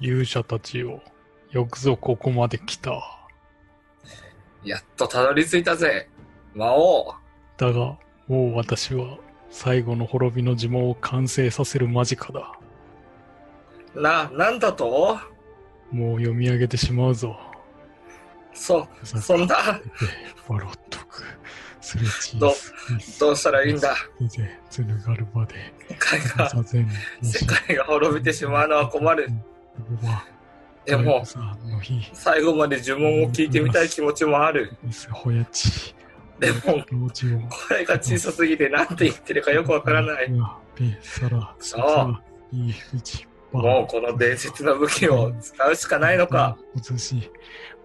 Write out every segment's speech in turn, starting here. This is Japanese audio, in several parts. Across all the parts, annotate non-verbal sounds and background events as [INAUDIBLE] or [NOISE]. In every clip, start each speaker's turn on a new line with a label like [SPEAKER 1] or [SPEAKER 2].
[SPEAKER 1] 勇者たちよ。よくぞここまで来た。
[SPEAKER 2] やっとたどり着いたぜ魔王
[SPEAKER 1] だが、もう私は最後の滅びの呪文を完成させる間近だ。
[SPEAKER 2] な、なんだと
[SPEAKER 1] もう読み上げてしまうぞ。
[SPEAKER 2] そ、そんな、
[SPEAKER 1] 笑っとく。すれち
[SPEAKER 2] どどうしたらいいんだ
[SPEAKER 1] ぜ、つぬがるま
[SPEAKER 2] [LAUGHS]
[SPEAKER 1] で。
[SPEAKER 2] 世界
[SPEAKER 1] [LAUGHS]
[SPEAKER 2] が、
[SPEAKER 1] さぜん
[SPEAKER 2] 世界が滅びてしまうのは困る。。でも、
[SPEAKER 1] さあの日、
[SPEAKER 2] 最後まで呪文を聞いてみたい気持ちもある。
[SPEAKER 1] ミスホヤチ。
[SPEAKER 2] でも、
[SPEAKER 1] 老人を。
[SPEAKER 2] 声が小さすぎて何て言ってるかよくわからない。。
[SPEAKER 1] で、さら、
[SPEAKER 2] そう
[SPEAKER 1] さあ、いい富士。
[SPEAKER 2] もうこの伝説の武器を使うしかないのか。。
[SPEAKER 1] お寿司、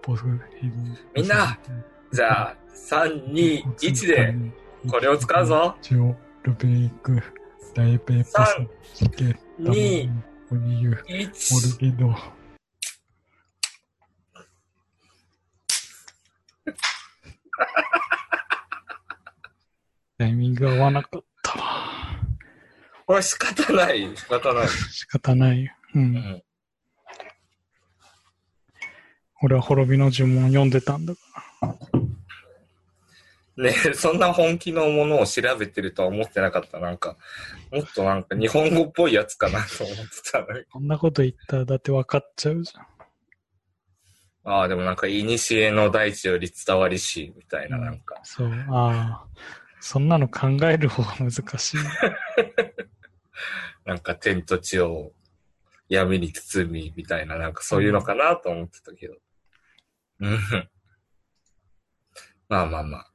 [SPEAKER 1] ボスヘビ。
[SPEAKER 2] みんな、じゃあ、3、2、1で、これを使う。ぞ。
[SPEAKER 1] ジオ、ルベイク、ダイペーパス
[SPEAKER 2] 三、
[SPEAKER 1] シケ、ダモ
[SPEAKER 2] 二
[SPEAKER 1] ン、オニユ、モル
[SPEAKER 2] 1。
[SPEAKER 1] ゲド。タイミング合わなかったな。
[SPEAKER 2] これ仕方ない。仕方ない。
[SPEAKER 1] 仕方ない。うん。俺は滅びの呪文を読んでたんだか
[SPEAKER 2] ね [LAUGHS] えそんな本気のものを調べてるとは思ってなかった。なんか、もっとなんか日本語っぽいやつかなと思ってたのに。 [LAUGHS]
[SPEAKER 1] ら。こんなこと言ったらだって分かっちゃうじゃん。
[SPEAKER 2] ああ、でもなんか、古の大地より伝わりし、みたいな、なんか。
[SPEAKER 1] そう。ああ。そんなの考える方が難しい。
[SPEAKER 2] なんか天と地を闇に包みみたいな、なんかそういうのかなと思ってたけど。うん。 [LAUGHS] まあまあまあ。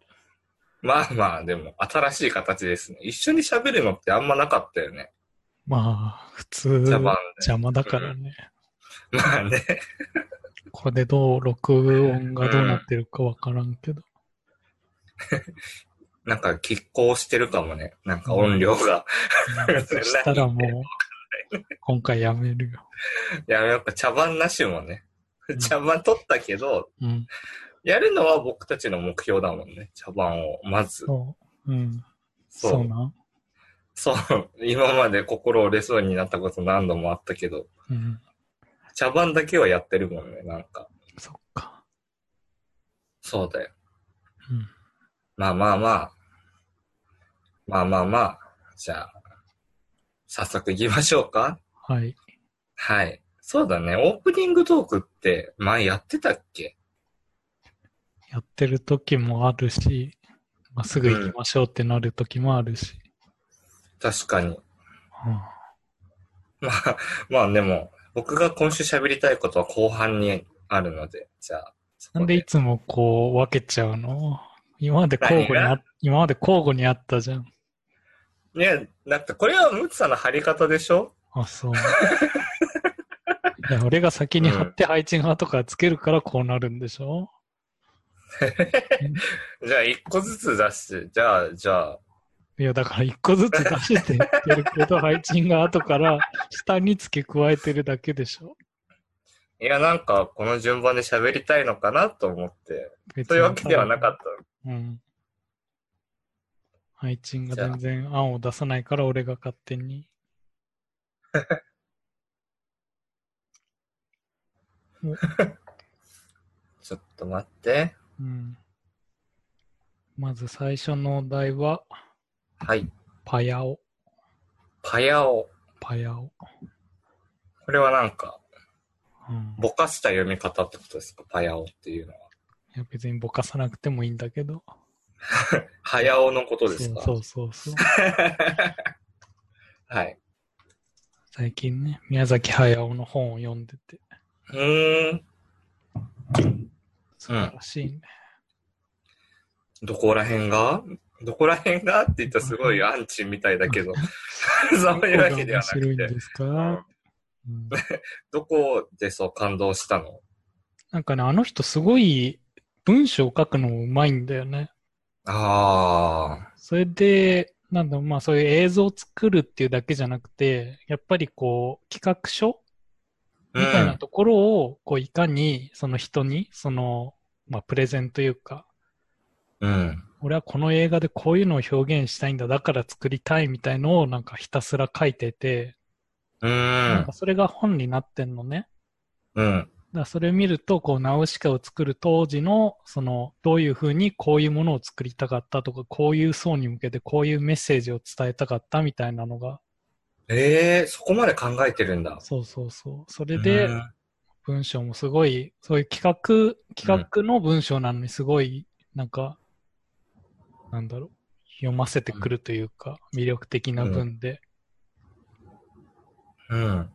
[SPEAKER 2] まあまあ、でも新しい形ですね。一緒に喋るのってあんまなかったよね。
[SPEAKER 1] [LAUGHS] まあ、普通、
[SPEAKER 2] 邪魔ね
[SPEAKER 1] 邪魔だからね。
[SPEAKER 2] [LAUGHS] まあね。
[SPEAKER 1] これでどう、録音がどうなってるか分からん
[SPEAKER 2] [LAUGHS]
[SPEAKER 1] けど。
[SPEAKER 2] なんか拮抗してるかもね。なんか音量が。
[SPEAKER 1] うんそしたらもう、今回やめるよ。
[SPEAKER 2] いや、やっぱ茶番なしもね。
[SPEAKER 1] ん
[SPEAKER 2] 茶番取ったけど、
[SPEAKER 1] うん。
[SPEAKER 2] やるのは僕たちの目標だもんね。茶番を、まず。
[SPEAKER 1] そう。うん。
[SPEAKER 2] そう
[SPEAKER 1] そうなん。
[SPEAKER 2] そう。今まで心折れそうになったこと何度もあったけど、
[SPEAKER 1] うん。
[SPEAKER 2] 茶番だけはやってるもんね、なんか。
[SPEAKER 1] そっか。
[SPEAKER 2] そうだよ。
[SPEAKER 1] うん。
[SPEAKER 2] まあまあまあ。まあまあまあ。じゃあ、早速行きましょうか。
[SPEAKER 1] はい。
[SPEAKER 2] はい。そうだね。オープニングトークって前やってたっけ
[SPEAKER 1] やってる時もあるし、まあ、すぐ行きましょうってなる時もあるし。
[SPEAKER 2] 確かに。
[SPEAKER 1] うん
[SPEAKER 2] [LAUGHS] まあ、まあでも、僕が今週喋りたいことは後半にあるので、じゃあ、そ
[SPEAKER 1] なん
[SPEAKER 2] こ
[SPEAKER 1] でいつもこう分けちゃうの今まで交互に
[SPEAKER 2] 何
[SPEAKER 1] あ、今まで交互にあったじゃん。
[SPEAKER 2] ね、だってこれはムツさんの貼り方でしょ
[SPEAKER 1] あ、
[SPEAKER 2] [LAUGHS]
[SPEAKER 1] そう。いや、俺が先に貼って配置側とかつけるからこうなるんでしょ、
[SPEAKER 2] じゃあ、一個ずつ出して、じゃあ、じゃあ、
[SPEAKER 1] いや、だから一個ずつ出してやってるけど、配置が後から下に付け加えてるだけでしょ
[SPEAKER 2] いや、なんか、この順番で喋りたいのかなと思って、
[SPEAKER 1] 別。
[SPEAKER 2] そういうわけではなかった
[SPEAKER 1] [LAUGHS] うん。配置が全然案を出さないから俺が勝手に。
[SPEAKER 2] た。ちょっと待って。
[SPEAKER 1] うん。まず最初のお題は、
[SPEAKER 2] はい。
[SPEAKER 1] パヤオ、
[SPEAKER 2] パヤオ。
[SPEAKER 1] パヤオ。
[SPEAKER 2] これはなんか、
[SPEAKER 1] うん、
[SPEAKER 2] ぼかした読み方ってことですかパヤオっていうのは。
[SPEAKER 1] いや別にぼかさなくてもいいんだけど。
[SPEAKER 2] はやおのことですか
[SPEAKER 1] そうそうそうそう。
[SPEAKER 2] はい。
[SPEAKER 1] 最近ね、宮崎駿の本を読んでて、
[SPEAKER 2] うーん。
[SPEAKER 1] 素晴らしいね。
[SPEAKER 2] どこら辺がどこら辺がって言ったらすごいアンチみたいだけ
[SPEAKER 1] [LAUGHS]
[SPEAKER 2] ど、 [LAUGHS] そういうわけで
[SPEAKER 1] どこが面
[SPEAKER 2] はな
[SPEAKER 1] 白い
[SPEAKER 2] く
[SPEAKER 1] ん
[SPEAKER 2] て、
[SPEAKER 1] ですか、うん、
[SPEAKER 2] どこでそう感動したの
[SPEAKER 1] なんかね、あの人すごい文章を書くのもうまいんだよね。
[SPEAKER 2] ああ、
[SPEAKER 1] それで、なんだろう、まあそういう映像を作るっていうだけじゃなくて、やっぱりこう、企画書
[SPEAKER 2] う。
[SPEAKER 1] みたいなんところを、こう、いかに、その人に、その、まあ、プレゼンというか、
[SPEAKER 2] うん。
[SPEAKER 1] 俺はこの映画でこういうのを表現したいんだ、だから作りたいみたいのを、なんかひたすら書いてて、
[SPEAKER 2] う
[SPEAKER 1] なん
[SPEAKER 2] ん
[SPEAKER 1] か。それが本になってんのね。
[SPEAKER 2] うん。
[SPEAKER 1] だからそれ見ると、こう、ナウシカを作る当時の、その、どういうふうにこういうものを作りたかったとか、こういう層に向けてこういうメッセージを伝えたかったみたいなのが、
[SPEAKER 2] ええそこまで考えてるんだ。
[SPEAKER 1] そうそうそう。それ
[SPEAKER 2] う
[SPEAKER 1] で、
[SPEAKER 2] ん
[SPEAKER 1] 文章もすごい、そういう企画、企画の文章なのにすごい、なんか、なんだろう、読ませてくるというか、魅力的な文で、
[SPEAKER 2] うん。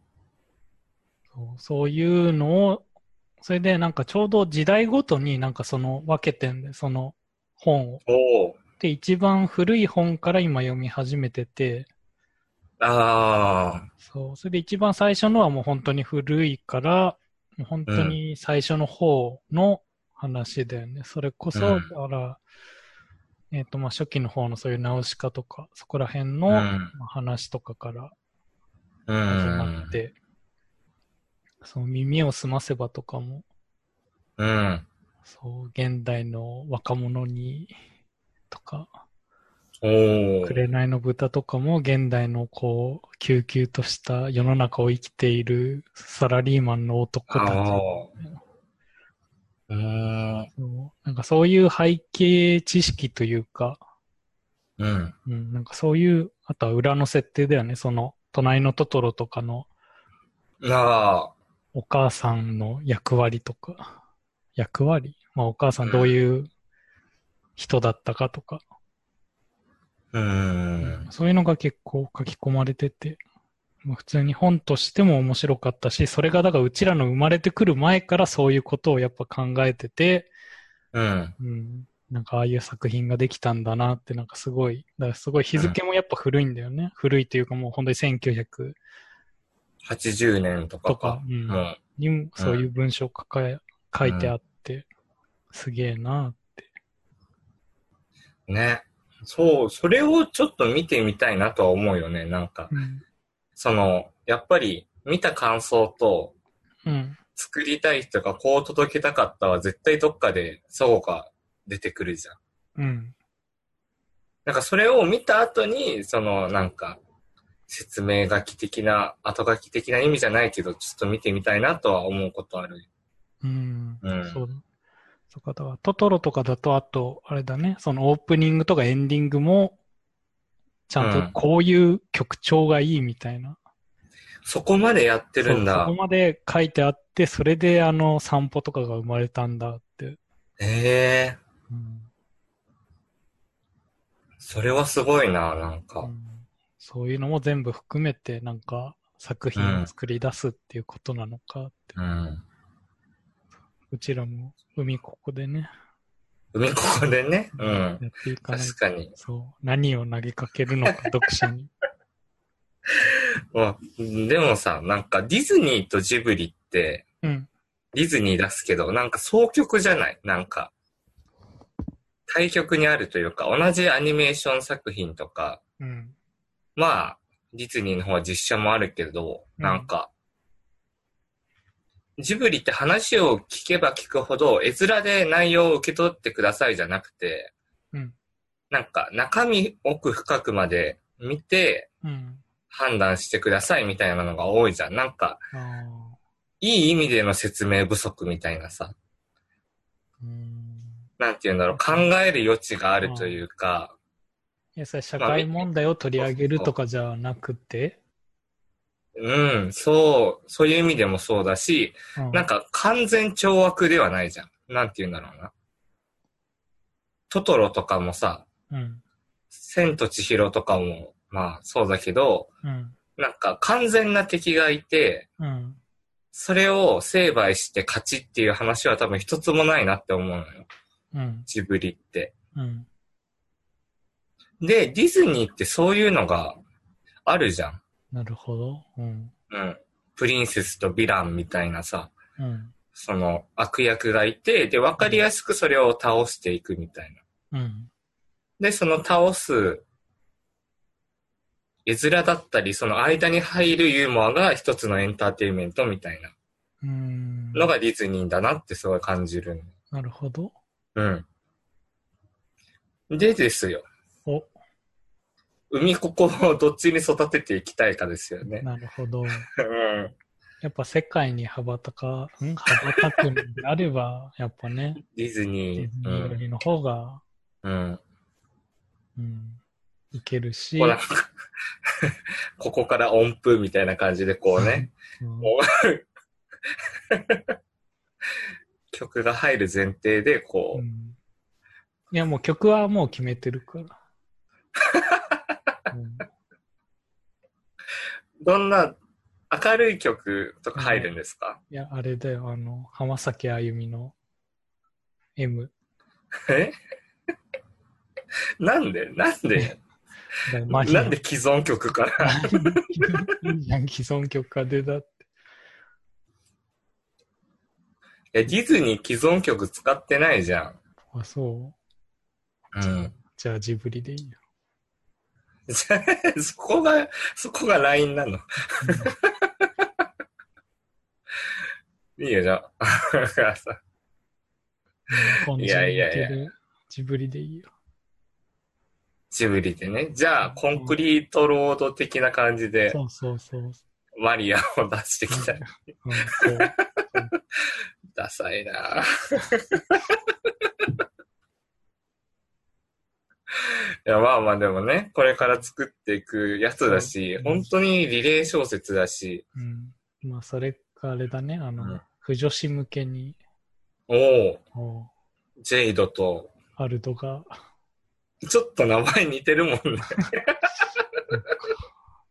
[SPEAKER 1] そうそういうのを、それでなんかちょうど時代ごとになんかその分けてんで、その本を。
[SPEAKER 2] おお。
[SPEAKER 1] で、一番古い本から今読み始めてて、
[SPEAKER 2] ああ。
[SPEAKER 1] そう、それで一番最初のはもう本当に古いから、もう本当に最初の方の話だよね。それこそ、
[SPEAKER 2] う
[SPEAKER 1] だ
[SPEAKER 2] ん
[SPEAKER 1] から、えっ、と、まあ、初期の方のそういう直し方とか、そこら辺の、
[SPEAKER 2] う
[SPEAKER 1] ま
[SPEAKER 2] ん。
[SPEAKER 1] あ話とかから
[SPEAKER 2] う
[SPEAKER 1] 始
[SPEAKER 2] ん
[SPEAKER 1] まっ。て、その耳を澄ませばとかも、
[SPEAKER 2] うん。
[SPEAKER 1] そう、現代の若者にとか、
[SPEAKER 2] おお。
[SPEAKER 1] 紅の豚とかも現代のこう、きゅうきゅうとした世の中を生きているサラリーマンの男たち。
[SPEAKER 2] ああ。うん。
[SPEAKER 1] そうなんかそういう背景知識というか、
[SPEAKER 2] うん。
[SPEAKER 1] うん、なんかそういう、あとは裏の設定だよね、その、隣のトトロとかの
[SPEAKER 2] ああ。
[SPEAKER 1] お母さんの役割とか、役割まあお母さんどういう人だったかとか、
[SPEAKER 2] うん。
[SPEAKER 1] そういうのが結構書き込まれてて、まあ普通に本としても面白かったし、それがだからうちらの生まれてくる前からそういうことをやっぱ考えてて、
[SPEAKER 2] うん。
[SPEAKER 1] うん、なんかああいう作品ができたんだなってなんかすごい、だからすごい日付もやっぱ古いんだよね。古いというかもう本当に1900
[SPEAKER 2] 80年とか
[SPEAKER 1] と
[SPEAKER 2] か。
[SPEAKER 1] か、うん
[SPEAKER 2] うん。
[SPEAKER 1] にもそういう文章書か書いてあって、すげえなって。
[SPEAKER 2] ね。そう、それをちょっと見てみたいなとは思うよね。なんか、
[SPEAKER 1] うん。
[SPEAKER 2] その、やっぱり見た感想と、
[SPEAKER 1] うん。
[SPEAKER 2] 作りたい人がこう届けたかったは絶対どっかで齟齬が出てくるじゃん。
[SPEAKER 1] うん。
[SPEAKER 2] なんかそれを見た後に、そのなんか、説明書き的な、後書き的な意味じゃないけど、ちょっと見てみたいなとは思うことある。
[SPEAKER 1] うん
[SPEAKER 2] うん
[SPEAKER 1] そうだ。そうか、だからトトロとかだと、あと、あれだね、そのオープニングとかエンディングも、ちゃん
[SPEAKER 2] うん
[SPEAKER 1] とこういう曲調がいいみたいな。
[SPEAKER 2] そこまでやってるん
[SPEAKER 1] そう
[SPEAKER 2] だ
[SPEAKER 1] そこ。まで書いてあって、それであの散歩とかが生まれたんだって。
[SPEAKER 2] ええ
[SPEAKER 1] うん
[SPEAKER 2] それはすごいな、なん
[SPEAKER 1] う
[SPEAKER 2] か。
[SPEAKER 1] んそういうのも全部含めて、なんか作品を作り出すっていうことなのかって。
[SPEAKER 2] うん。
[SPEAKER 1] うちらも海ここでね、
[SPEAKER 2] 海ここでね。うん。
[SPEAKER 1] やっていかない
[SPEAKER 2] 確
[SPEAKER 1] と。
[SPEAKER 2] かに。
[SPEAKER 1] そう。何を投げかけるのか、読者
[SPEAKER 2] [LAUGHS]
[SPEAKER 1] に。
[SPEAKER 2] まあ、でもさ、なんかディズニーとジブリって、
[SPEAKER 1] うん。
[SPEAKER 2] ディズニー出すけど、なんか双曲じゃないなんか、対極にあるというか、同じアニメーション作品とか、
[SPEAKER 1] うん。
[SPEAKER 2] まあ、ディズニーの方は実写もあるけど、
[SPEAKER 1] うん
[SPEAKER 2] なんか、ジブリって話を聞けば聞くほど、絵面で内容を受け取ってくださいじゃなくて、
[SPEAKER 1] うん。
[SPEAKER 2] なんか中身奥深くまで見て
[SPEAKER 1] うん。
[SPEAKER 2] 判断してくださいみたいなのが多いじゃん。なんか、
[SPEAKER 1] ああ。
[SPEAKER 2] いい意味での説明不足みたいなさ。
[SPEAKER 1] うーん
[SPEAKER 2] なんて言うんだろう、考える余地があるというか、
[SPEAKER 1] いや、それ社会問題を取り上げるとかじゃなくて、
[SPEAKER 2] うん、そう、そういう意味でもそうだし、
[SPEAKER 1] うん
[SPEAKER 2] なんか完全懲悪ではないじゃん。なんて言うんだろうな。トトロとかもさ、
[SPEAKER 1] うん、
[SPEAKER 2] 千と千尋とかも、まあそうだけど、
[SPEAKER 1] うん、
[SPEAKER 2] なんか完全な敵がいて、
[SPEAKER 1] うん。
[SPEAKER 2] それを成敗して勝ちっていう話は多分一つもないなって思うのよ。
[SPEAKER 1] うん、
[SPEAKER 2] ジブリって。
[SPEAKER 1] うん、
[SPEAKER 2] で、ディズニーってそういうのがあるじゃん。
[SPEAKER 1] なるほど。うん、
[SPEAKER 2] うん。プリンセスとヴィランみたいなさ。
[SPEAKER 1] うん、
[SPEAKER 2] その悪役がいて、で、わかりやすくそれを倒していくみたいな。
[SPEAKER 1] うん、
[SPEAKER 2] で、その倒す絵面だったり、その間に入るユーモアが一つのエンターテインメントみたいな
[SPEAKER 1] うーん。
[SPEAKER 2] のがディズニーだなってすごい感じる
[SPEAKER 1] なるほど。
[SPEAKER 2] の。うん。でですよ。
[SPEAKER 1] お、
[SPEAKER 2] 海ここをどっちに育てていきたいかですよね。
[SPEAKER 1] なるほど。
[SPEAKER 2] うん。
[SPEAKER 1] やっぱ世界に羽ばたか、ん羽ばたくんであれば、 [LAUGHS] やっぱね、
[SPEAKER 2] ディズ
[SPEAKER 1] デ
[SPEAKER 2] ニ
[SPEAKER 1] ィズニ
[SPEAKER 2] ー。う
[SPEAKER 1] ーよ
[SPEAKER 2] ん。
[SPEAKER 1] りの方が、
[SPEAKER 2] うん。
[SPEAKER 1] うん、いけるし、
[SPEAKER 2] こうなんか [LAUGHS] ここから音符みたいな感じでこうね、
[SPEAKER 1] [LAUGHS] うん
[SPEAKER 2] も曲が入る前提でこ
[SPEAKER 1] う
[SPEAKER 2] う、
[SPEAKER 1] んいや、もう曲はもう決めてるから。うん
[SPEAKER 2] どんな明るい曲とか入るんですか、
[SPEAKER 1] いや、あれだよ、あの、浜崎あゆみの M。
[SPEAKER 2] え [LAUGHS] なんでなんで
[SPEAKER 1] だからマヒア
[SPEAKER 2] なんで既存曲から [LAUGHS]
[SPEAKER 1] いいじゃん既存曲が出たって。
[SPEAKER 2] え、ディズニー既存曲使ってないじゃ
[SPEAKER 1] あ、そう。
[SPEAKER 2] ん。うん。
[SPEAKER 1] じゃあジブリでいいよ。
[SPEAKER 2] じゃあ [LAUGHS] そこが、そこが LINE なの。いいよ、じゃあ。 [LAUGHS]
[SPEAKER 1] 今度
[SPEAKER 2] いやいやいや
[SPEAKER 1] ジブリでジブリでいいよ。
[SPEAKER 2] ジブリでね。じゃあ、コンクリートロード的な感じで、
[SPEAKER 1] そうそうそう。うん、
[SPEAKER 2] マリアを出してきたり。
[SPEAKER 1] そう
[SPEAKER 2] ダサ
[SPEAKER 1] [LAUGHS]
[SPEAKER 2] いなぁいや、まあまあでもね、これから作っていくやつだし
[SPEAKER 1] う、ん
[SPEAKER 2] 本当にリレー小説だし、
[SPEAKER 1] うん。まあ、それかあれだね、あの、
[SPEAKER 2] うん
[SPEAKER 1] 不女子向けに、
[SPEAKER 2] おう
[SPEAKER 1] おう
[SPEAKER 2] ジェイドと、
[SPEAKER 1] アルドが、
[SPEAKER 2] ちょっと名前似てるもんね。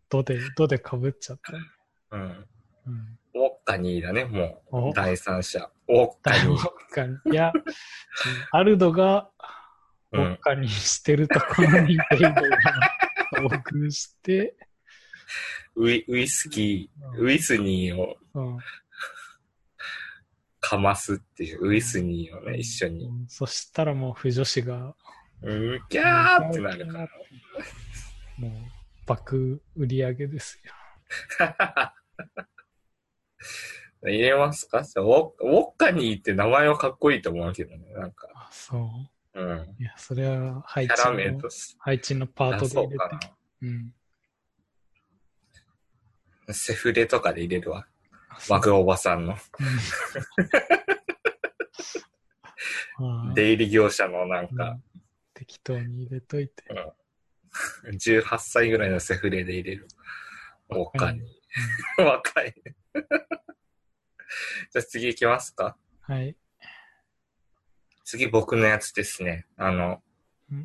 [SPEAKER 1] ドで、ドで被っちゃった。
[SPEAKER 2] うん。
[SPEAKER 1] うん。
[SPEAKER 2] ウォッカニーだね、も
[SPEAKER 1] お
[SPEAKER 2] う。第三者。ウォッカ
[SPEAKER 1] 大
[SPEAKER 2] ニ
[SPEAKER 1] ウォ
[SPEAKER 2] ー。
[SPEAKER 1] ッカに。いや、アルドがウ
[SPEAKER 2] う
[SPEAKER 1] ォッ
[SPEAKER 2] ん。
[SPEAKER 1] カにしてるところにデイドが僕して、
[SPEAKER 2] ウイウイスキー、ウイスニーを
[SPEAKER 1] うん。
[SPEAKER 2] かますっていう、ウイスニーをね、一緒に。
[SPEAKER 1] うんそしたらもう不女子が、
[SPEAKER 2] うん、キャーってなるから。
[SPEAKER 1] もう、爆売り上げですよ。
[SPEAKER 2] [LAUGHS] 入れますかそうウォッウォッカニーって名前はかっこいいと思うけどね。なんか、
[SPEAKER 1] あそう。
[SPEAKER 2] うん。
[SPEAKER 1] いや、それは配
[SPEAKER 2] キ
[SPEAKER 1] 置
[SPEAKER 2] ャラ名
[SPEAKER 1] の
[SPEAKER 2] と、して。
[SPEAKER 1] 配置のパー
[SPEAKER 2] あ、
[SPEAKER 1] トで
[SPEAKER 2] そう
[SPEAKER 1] 入れ
[SPEAKER 2] か
[SPEAKER 1] て。うん。
[SPEAKER 2] な。セフレとかで入れるわ。
[SPEAKER 1] あ
[SPEAKER 2] マグおばさんの。
[SPEAKER 1] そううんはい
[SPEAKER 2] 出入り業者のなんか、
[SPEAKER 1] うん適当に入れといて。
[SPEAKER 2] 18歳ぐらいのセフレで入れる。ウォッカニー。 [LAUGHS] 若い。じゃあ次行きますか
[SPEAKER 1] はい。
[SPEAKER 2] 次僕のやつですね。あの、
[SPEAKER 1] う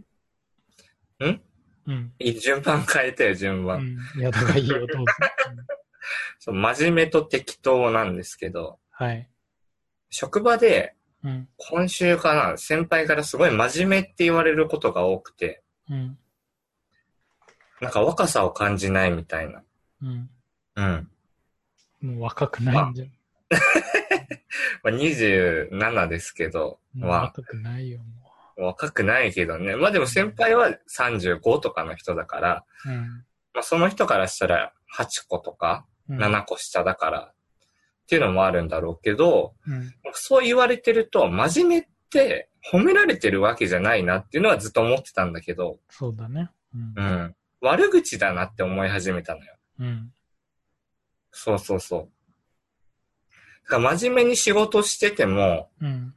[SPEAKER 1] ん。
[SPEAKER 2] い順番変えたよ、順
[SPEAKER 1] う
[SPEAKER 2] 番、
[SPEAKER 1] ん。いや、だからいいよ、どうぞ。うん
[SPEAKER 2] そう。真面目と適当なんですけど、
[SPEAKER 1] はい。
[SPEAKER 2] 職場で
[SPEAKER 1] うん。
[SPEAKER 2] 今週かな、先輩からすごい真面目って言われることが多くて、
[SPEAKER 1] うん。
[SPEAKER 2] なんか若さを感じないみたいな。
[SPEAKER 1] うん。
[SPEAKER 2] うん。
[SPEAKER 1] もう若くないんじゃん。
[SPEAKER 2] まあ、27ですけど、
[SPEAKER 1] もう
[SPEAKER 2] ま
[SPEAKER 1] 若くないよ、も
[SPEAKER 2] あ、若くないけどね。まあでも先輩は35とかの人だから、
[SPEAKER 1] う。うん。
[SPEAKER 2] まあその人からしたら8個とか
[SPEAKER 1] うん。
[SPEAKER 2] 7個下だから、っていうのもあるんだろうけど、
[SPEAKER 1] うん。
[SPEAKER 2] そう言われてると、真面目って褒められてるわけじゃないなっていうのはずっと思ってたんだけど、
[SPEAKER 1] そうだね。うん
[SPEAKER 2] う。ん。悪口だなって思い始めたのよ。
[SPEAKER 1] うん。
[SPEAKER 2] そうそうそう。だから真面目に仕事してても、
[SPEAKER 1] うん。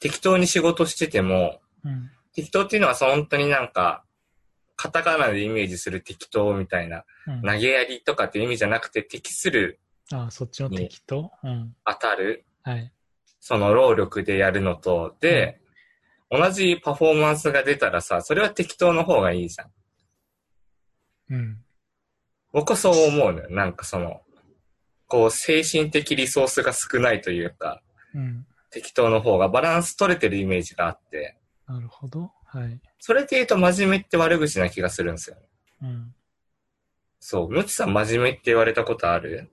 [SPEAKER 2] 適当に仕事してても、
[SPEAKER 1] うん。
[SPEAKER 2] 適当っていうのはその本当になんか、カタカナでイメージする適当みたいな、
[SPEAKER 1] うん
[SPEAKER 2] 投げやりとかって意味じゃなくて、適する、
[SPEAKER 1] ああ、そっちの適当うん。
[SPEAKER 2] 当たる、
[SPEAKER 1] はい。
[SPEAKER 2] その労力でやるのと、で、同じパフォーマンスが出たらさ、それは適当の方がいいじゃん。
[SPEAKER 1] うん。
[SPEAKER 2] 僕はそう思うのよ。なんかその、こう、精神的リソースが少ないというか、
[SPEAKER 1] うん。
[SPEAKER 2] 適当の方がバランス取れてるイメージがあって、
[SPEAKER 1] なるほど。はい。
[SPEAKER 2] それで言うと真面目って悪口な気がするんですよね。
[SPEAKER 1] うん。
[SPEAKER 2] そう、むちさん真面目って言われたことある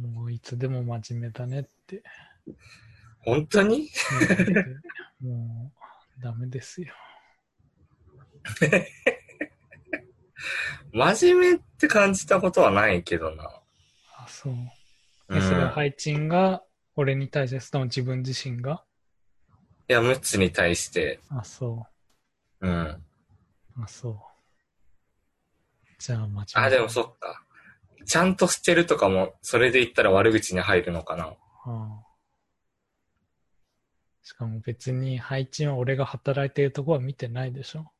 [SPEAKER 1] もういつでも真面目だね
[SPEAKER 2] [LAUGHS]
[SPEAKER 1] って。
[SPEAKER 2] 本当に [LAUGHS]
[SPEAKER 1] うんもう、ダメですよ。
[SPEAKER 2] 真面目って感じたことはないけどな。
[SPEAKER 1] あ、そう。
[SPEAKER 2] う
[SPEAKER 1] え、
[SPEAKER 2] ん
[SPEAKER 1] それはい配置が、俺に対して、その自分自身が
[SPEAKER 2] や、むつに対して、
[SPEAKER 1] あ、そ
[SPEAKER 2] うん。
[SPEAKER 1] う。あ、そう。じゃあ、真面目。
[SPEAKER 2] あ、でもそっか。ちゃんと捨てるとかも、それで言ったら悪口に入るのかな。
[SPEAKER 1] ああしかも別に配置は俺が働いてるとこは見てないでしょ。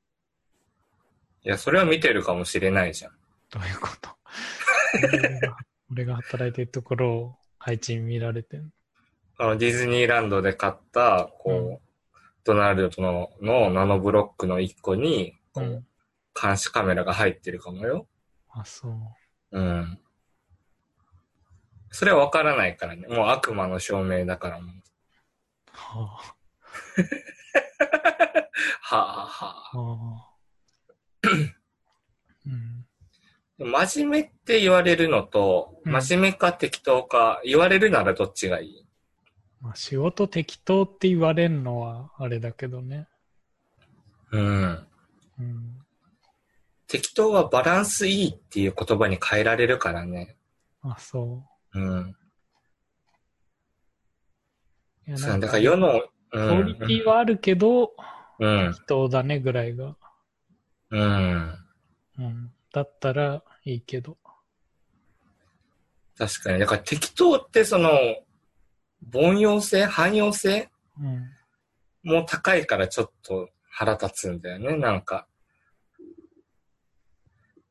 [SPEAKER 2] いや、それは見てるかもしれないじゃん。
[SPEAKER 1] どういうこと
[SPEAKER 2] [LAUGHS]
[SPEAKER 1] 俺が俺が働いてるところを配置見られてん
[SPEAKER 2] あの、ディズニーランドで買った、こう、ドナルドののナノブロックの一個に、こ
[SPEAKER 1] の。
[SPEAKER 2] う、監視カメラが入ってるかもよ。
[SPEAKER 1] あ、そう。
[SPEAKER 2] うん。それはわからないからね。もう悪魔の証明だからもう。
[SPEAKER 1] はあ
[SPEAKER 2] はあはあ。
[SPEAKER 1] はあ
[SPEAKER 2] [LAUGHS]
[SPEAKER 1] うん、
[SPEAKER 2] 真面目って言われるのと、
[SPEAKER 1] うん
[SPEAKER 2] 真面目か適当か、言われるならどっちがいい
[SPEAKER 1] まあ、仕事適当って言われるのはあれだけどね。
[SPEAKER 2] うん。
[SPEAKER 1] うん、
[SPEAKER 2] 適当はバランスいいっていう言葉に変えられるからね。
[SPEAKER 1] あ、そ
[SPEAKER 2] うん。
[SPEAKER 1] う。いや
[SPEAKER 2] そうだから世の、う
[SPEAKER 1] ク
[SPEAKER 2] ん
[SPEAKER 1] オリティはあるけど、
[SPEAKER 2] うん。
[SPEAKER 1] 人だねぐらいが、
[SPEAKER 2] うん。
[SPEAKER 1] うん。だったらいいけど。
[SPEAKER 2] 確かに。だから適当ってその、凡庸性汎用性
[SPEAKER 1] うん。
[SPEAKER 2] も高いからちょっと腹立つんだよね、なんか。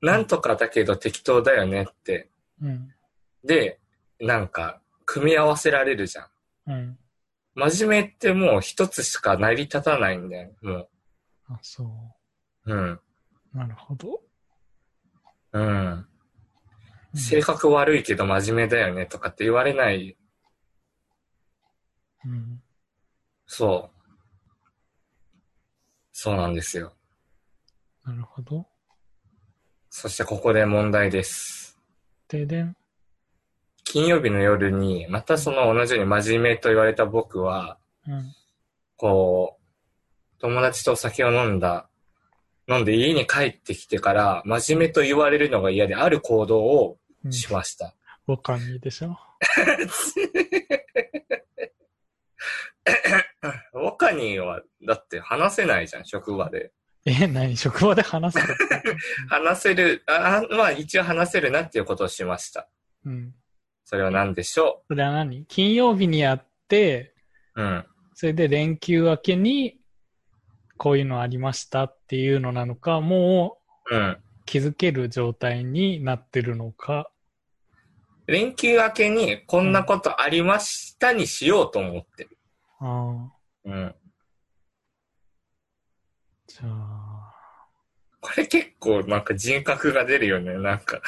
[SPEAKER 2] なんとかだけど適当だよねって。
[SPEAKER 1] うん。
[SPEAKER 2] で、なんか、組み合わせられるじゃん。
[SPEAKER 1] うん。
[SPEAKER 2] 真面目ってもう一つしか成り立たないんだよ、も。
[SPEAKER 1] あ、そう
[SPEAKER 2] うん。
[SPEAKER 1] う。なるほど。
[SPEAKER 2] うん。
[SPEAKER 1] うん
[SPEAKER 2] 性格悪いけど真面目だよねとかって言われない。
[SPEAKER 1] うん。
[SPEAKER 2] そう。そうなんですよ。
[SPEAKER 1] なるほど。
[SPEAKER 2] そしてここで問題です。
[SPEAKER 1] 停電。
[SPEAKER 2] 金曜日の夜に、またその同じように真面目と言われた僕は、
[SPEAKER 1] うん。
[SPEAKER 2] こう、友達とお酒を飲んだ、飲んで家に帰ってきてから、真面目と言われるのが嫌で、ある行動を
[SPEAKER 1] うん、
[SPEAKER 2] しました。 [LAUGHS]
[SPEAKER 1] 五感にでしょ。 [LAUGHS]
[SPEAKER 2] ワカニは、だって話せないじゃん、職場で。
[SPEAKER 1] え、何職場で話すか
[SPEAKER 2] 話せる、ああまあ一応話せるなっていうことをしました。
[SPEAKER 1] [LAUGHS] うん。
[SPEAKER 2] それは何でしょ
[SPEAKER 1] それは何金曜日にやって、
[SPEAKER 2] ううん。
[SPEAKER 1] それで連休明けに、こういうのありましたっていうのなのか、も
[SPEAKER 2] うん。
[SPEAKER 1] う気づける状態になってるのか。
[SPEAKER 2] 連休明けに、こんなことありましたにしようと思ってる。
[SPEAKER 1] ああ、
[SPEAKER 2] うん。
[SPEAKER 1] じゃあ、
[SPEAKER 2] これ結構なんか人格が出るよね。なんか、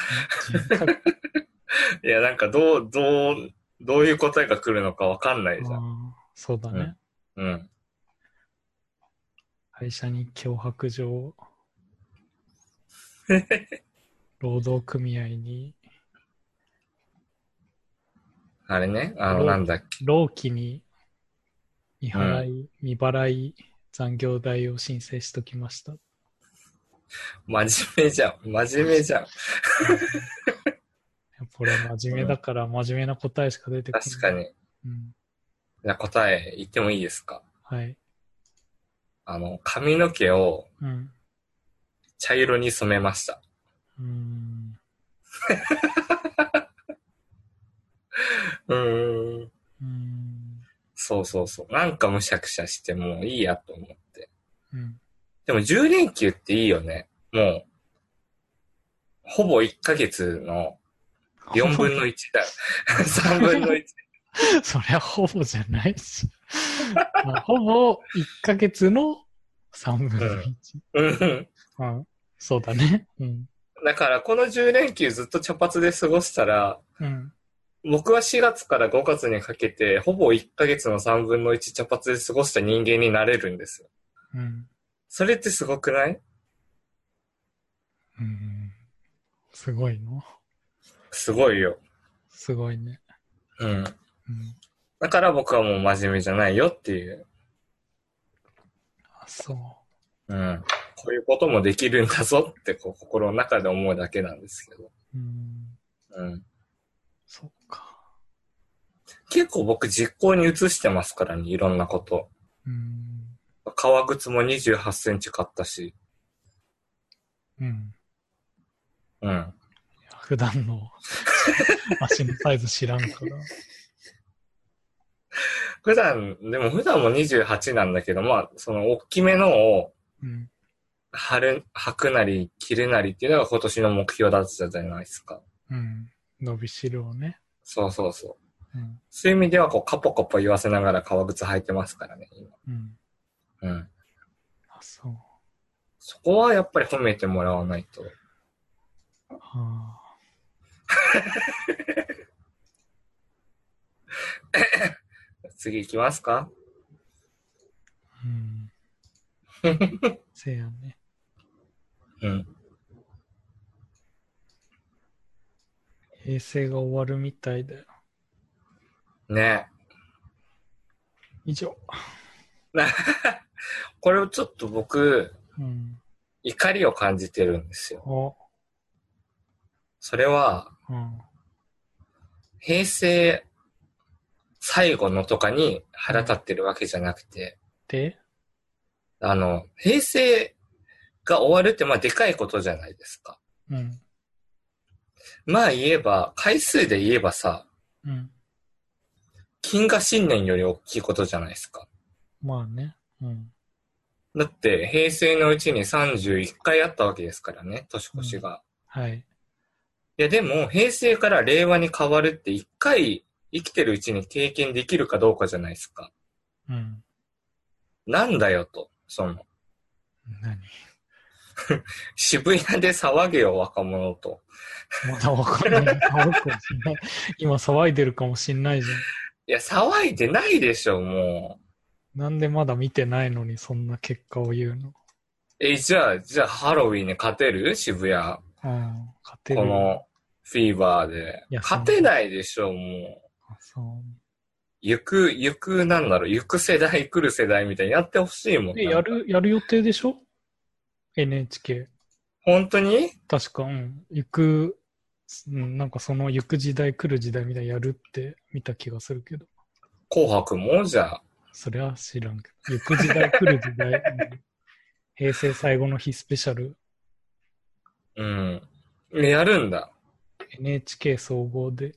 [SPEAKER 2] いやなんかどう、どう、どういう答えが来るのかわかんないじゃん。
[SPEAKER 1] ああそうだね。
[SPEAKER 2] うんうん。
[SPEAKER 1] 会社に脅迫状を
[SPEAKER 2] [LAUGHS]
[SPEAKER 1] 労働組合に、
[SPEAKER 2] あれね、あの
[SPEAKER 1] うん
[SPEAKER 2] なんだっけ。
[SPEAKER 1] 労基に未払い、未払い残業代を申請しときました。
[SPEAKER 2] 真面目じゃん。真面目じゃん。
[SPEAKER 1] やっぱ俺は真面目だから真面目な答えしか出てこない。
[SPEAKER 2] 確か。に。
[SPEAKER 1] うん。
[SPEAKER 2] じゃあ答え言ってもいいですか
[SPEAKER 1] はい。
[SPEAKER 2] あの、髪の毛を
[SPEAKER 1] うん。
[SPEAKER 2] 茶色に染めました。
[SPEAKER 1] うーん。
[SPEAKER 2] うーん。
[SPEAKER 1] うーん。
[SPEAKER 2] そうそうそう。なんかむしゃくしゃしてもういいやと思って。
[SPEAKER 1] うん。
[SPEAKER 2] でも10連休っていいよね。もう、ほぼ1ヶ月の4分の1だ。3分の1。
[SPEAKER 1] そりゃほぼじゃない
[SPEAKER 2] [LAUGHS]
[SPEAKER 1] し。まあほぼ1ヶ月の3分の1。
[SPEAKER 2] うん
[SPEAKER 1] うん。そうだね。うん。
[SPEAKER 2] だから、この10連休ずっと茶髪で過ごしたら、
[SPEAKER 1] うん。
[SPEAKER 2] 僕は4月から5月にかけて、ほぼ1ヶ月の3分の1茶髪で過ごした人間になれるんですよ。
[SPEAKER 1] うん。
[SPEAKER 2] それってすごくない
[SPEAKER 1] うん。すごいの
[SPEAKER 2] すごいよ。
[SPEAKER 1] すごいね。
[SPEAKER 2] うん。
[SPEAKER 1] うん。
[SPEAKER 2] だから僕はもう真面目じゃないよっていう。
[SPEAKER 1] あ、そう。
[SPEAKER 2] うん。こういうこともできるんだぞって、こう、心の中で思うだけなんですけど。
[SPEAKER 1] うん。
[SPEAKER 2] うん。
[SPEAKER 1] そうか。
[SPEAKER 2] 結構僕実行に移してますからね、いろんなこと。
[SPEAKER 1] うん。
[SPEAKER 2] 革靴も28センチ買ったし。
[SPEAKER 1] うん。
[SPEAKER 2] うん。
[SPEAKER 1] いや普段の [LAUGHS] 足のサイズ知らんから。
[SPEAKER 2] 普段、でも普段も28なんだけど、まあ、その大きめのを
[SPEAKER 1] うん。
[SPEAKER 2] 貼る、履くなり着るなりっていうのが今年の目標だったじゃないですか。
[SPEAKER 1] うん。伸びしろをね。
[SPEAKER 2] そうそうそう。
[SPEAKER 1] うん。
[SPEAKER 2] そういう意味では、こう、カポカポ言わせながら革靴履いてますからね、今。
[SPEAKER 1] うん。
[SPEAKER 2] うん。
[SPEAKER 1] あ、そう。
[SPEAKER 2] そこはやっぱり褒めてもらわないと。
[SPEAKER 1] はあ。
[SPEAKER 2] 次行きますか
[SPEAKER 1] うん。せやね。
[SPEAKER 2] うん。
[SPEAKER 1] 平成が終わるみたいだよ。
[SPEAKER 2] ね
[SPEAKER 1] 以上。
[SPEAKER 2] え。これをちょっと僕、
[SPEAKER 1] うん。
[SPEAKER 2] 怒りを感じてるんですよ。
[SPEAKER 1] お、
[SPEAKER 2] それは、
[SPEAKER 1] うん。
[SPEAKER 2] 平成最後のとかに腹立ってるわけじゃなくて、
[SPEAKER 1] で、
[SPEAKER 2] あの、平成が終わるってまあでかいことじゃないですか。
[SPEAKER 1] うん。
[SPEAKER 2] まあ言えば、回数で言えばさ、
[SPEAKER 1] うん。
[SPEAKER 2] 金河新年より大きいことじゃないですか。
[SPEAKER 1] まあね。うん。
[SPEAKER 2] だって、平成のうちに31回あったわけですからね、年越しが。
[SPEAKER 1] はい。
[SPEAKER 2] いやでも、平成から令和に変わるって1回生きてるうちに経験できるかどうかじゃないですか。
[SPEAKER 1] うん。
[SPEAKER 2] なんだよと、その、
[SPEAKER 1] 何
[SPEAKER 2] 渋谷で騒げよ若者と。
[SPEAKER 1] まだわからない。 [LAUGHS] 騒ぐかもしんない今騒いでるかもしんないじゃん。
[SPEAKER 2] いや、騒いでないでしょ、も
[SPEAKER 1] なんでまだ見てないのにそんな結果を言うの
[SPEAKER 2] う。え、じゃあ、じゃあハロウィンに勝てる渋
[SPEAKER 1] う
[SPEAKER 2] 谷。
[SPEAKER 1] ん。勝てる。
[SPEAKER 2] このフィーバーで
[SPEAKER 1] いや。
[SPEAKER 2] 勝てないでしょ、もう。
[SPEAKER 1] あそ
[SPEAKER 2] 行く、行く、なんだろう、行く世代、来る世代みたいにやってほしいも
[SPEAKER 1] う。
[SPEAKER 2] ん。
[SPEAKER 1] で、やる、やる予定でしょ ?NHK。
[SPEAKER 2] 本当に
[SPEAKER 1] 確か、うん。行く、うん、なんかその行く時代来る時代みたいにやるって見た気がするけど。
[SPEAKER 2] 紅白もじゃあ。
[SPEAKER 1] そりゃ知らんけど。行く時代来る時
[SPEAKER 2] [LAUGHS]
[SPEAKER 1] 代。うん平成最後の日スペシャル。
[SPEAKER 2] うん。やるんだ。
[SPEAKER 1] NHK 総合で。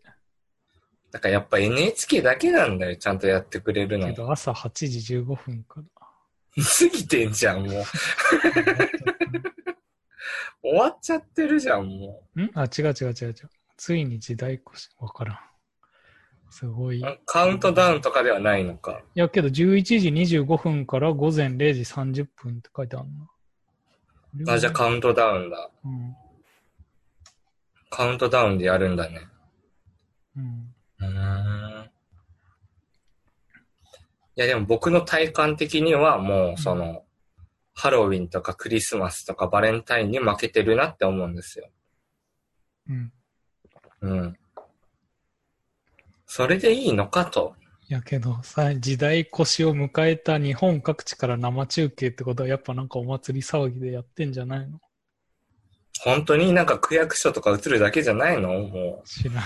[SPEAKER 2] だからやっぱ NHK だけなんだよ、ちゃんとやってくれる
[SPEAKER 1] け
[SPEAKER 2] の。
[SPEAKER 1] ど朝8時15分から。
[SPEAKER 2] [LAUGHS] 過ぎてんじゃん、もう。終わっちゃってるじゃん、も。
[SPEAKER 1] んあ、違う違う違う違う。ついに時代越し、わからん。すごい。いう
[SPEAKER 2] カウントダウンとかではないのか。
[SPEAKER 1] や、けど11時25分から午前0時30分って書いてあるな。
[SPEAKER 2] あ、じゃあカウントダウンだ。
[SPEAKER 1] うん。
[SPEAKER 2] カウントダウンでやるんだね。
[SPEAKER 1] うん。
[SPEAKER 2] うーん。いや、でも僕の体感的にはもう、その、ハロウィンとかクリスマスとかバレンタインに負けてるなって思うんですよ。
[SPEAKER 1] うん。
[SPEAKER 2] うん。それでいいのかと。
[SPEAKER 1] やけどさ、時代越しを迎えた日本各地から生中継ってことは、やっぱなんかお祭り騒ぎでやってんじゃないの
[SPEAKER 2] 本当になんか区役所とか映るだけじゃないのも
[SPEAKER 1] 知
[SPEAKER 2] [LAUGHS]
[SPEAKER 1] らんよ。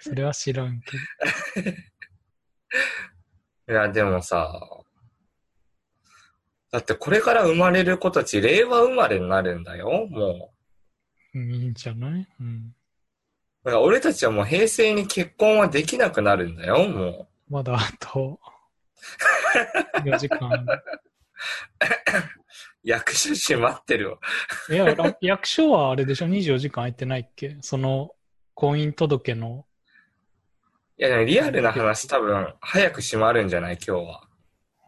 [SPEAKER 1] それは知らんけど。
[SPEAKER 2] う。いや、でもさ、だってこれから生まれる子たち、令和生まれになるんだよ、も
[SPEAKER 1] うん、いいんじゃないうん。
[SPEAKER 2] う。だから俺たちはもう平成に結婚はできなくなるんだよ、もう。
[SPEAKER 1] まだあと4時間。
[SPEAKER 2] 役所閉まってるわ。
[SPEAKER 1] いや、ら役所はあれでしょ ?24 時間空いてないっけその婚姻届の。
[SPEAKER 2] いやでもリアルな話多分早く閉まるんじゃない今日は。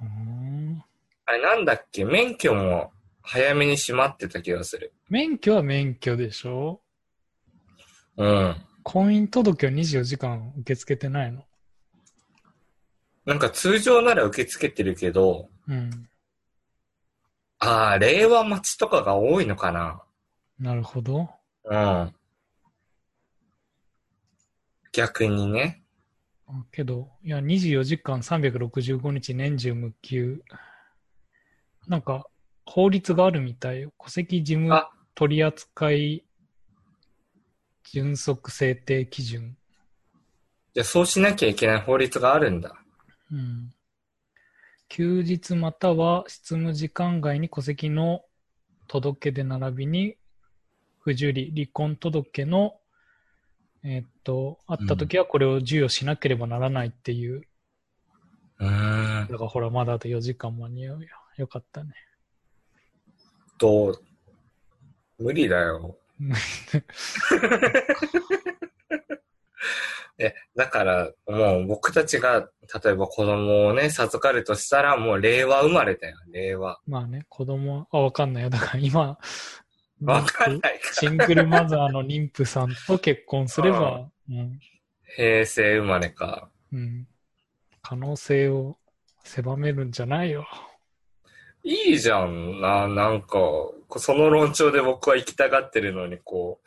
[SPEAKER 1] うーん
[SPEAKER 2] あれなんだっけ免許も早めに閉まってた気がする。
[SPEAKER 1] 免許は免許でしょ
[SPEAKER 2] うん。
[SPEAKER 1] 婚姻届を24時間受け付けてないの。
[SPEAKER 2] なんか通常なら受け付けてるけど、
[SPEAKER 1] うん。
[SPEAKER 2] ああ、令和待ちとかが多いのかな。
[SPEAKER 1] なるほど。
[SPEAKER 2] うん。逆にね。
[SPEAKER 1] あけど、いや、24時間365日年中無休。なんか、法律があるみたいよ。戸籍事務
[SPEAKER 2] あ、
[SPEAKER 1] 取扱い準則制定基準。
[SPEAKER 2] じゃあそうしなきゃいけない法律があるんだ。
[SPEAKER 1] うん休日または執務時間外に戸籍の届け出並びに不受理、離婚届の、えっと、あった時はこれを授与しなければならないっていう、
[SPEAKER 2] うん。
[SPEAKER 1] だからほら、まだあと4時間間に合うよ。よかったね。
[SPEAKER 2] と、無理だよ。え、だから、もう僕たちが、例えば子供をね、授かるとしたら、もう令和生まれだよ、令和。
[SPEAKER 1] まあね、子供は、あ、わかんないよ。だから今、
[SPEAKER 2] わかんないか。
[SPEAKER 1] シングルマザーの妊婦さんと結婚すれば、うん、
[SPEAKER 2] 平成生まれか。
[SPEAKER 1] うん。可能性を狭めるんじゃないよ。
[SPEAKER 2] いいじゃんな、なんか、こその論調で僕は行きたがってるのに、こ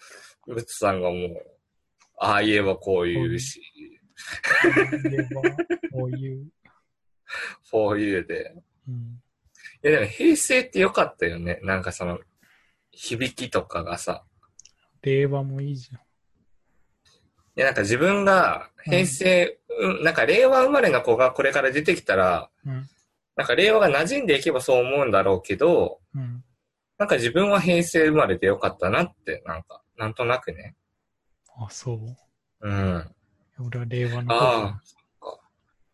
[SPEAKER 2] う、ブツさんがもう、ああ言えばこう言うし、
[SPEAKER 1] 言えばこういう。
[SPEAKER 2] こう言うで。
[SPEAKER 1] うん。
[SPEAKER 2] いやでも平成って良かったよね。なんかその、響きとかがさ。
[SPEAKER 1] 令和もいいじゃん。
[SPEAKER 2] いやなんか自分が平成、うん、なんか令和生まれの子がこれから出てきたら、
[SPEAKER 1] うん
[SPEAKER 2] なんか令和が馴染んでいけばそう思うんだろうけど、
[SPEAKER 1] うん。
[SPEAKER 2] なんか自分は平成生まれで良かったなって、なんか、なんとなくね。
[SPEAKER 1] あ、そう。
[SPEAKER 2] うん。
[SPEAKER 1] 俺は令和の方
[SPEAKER 2] あ
[SPEAKER 1] が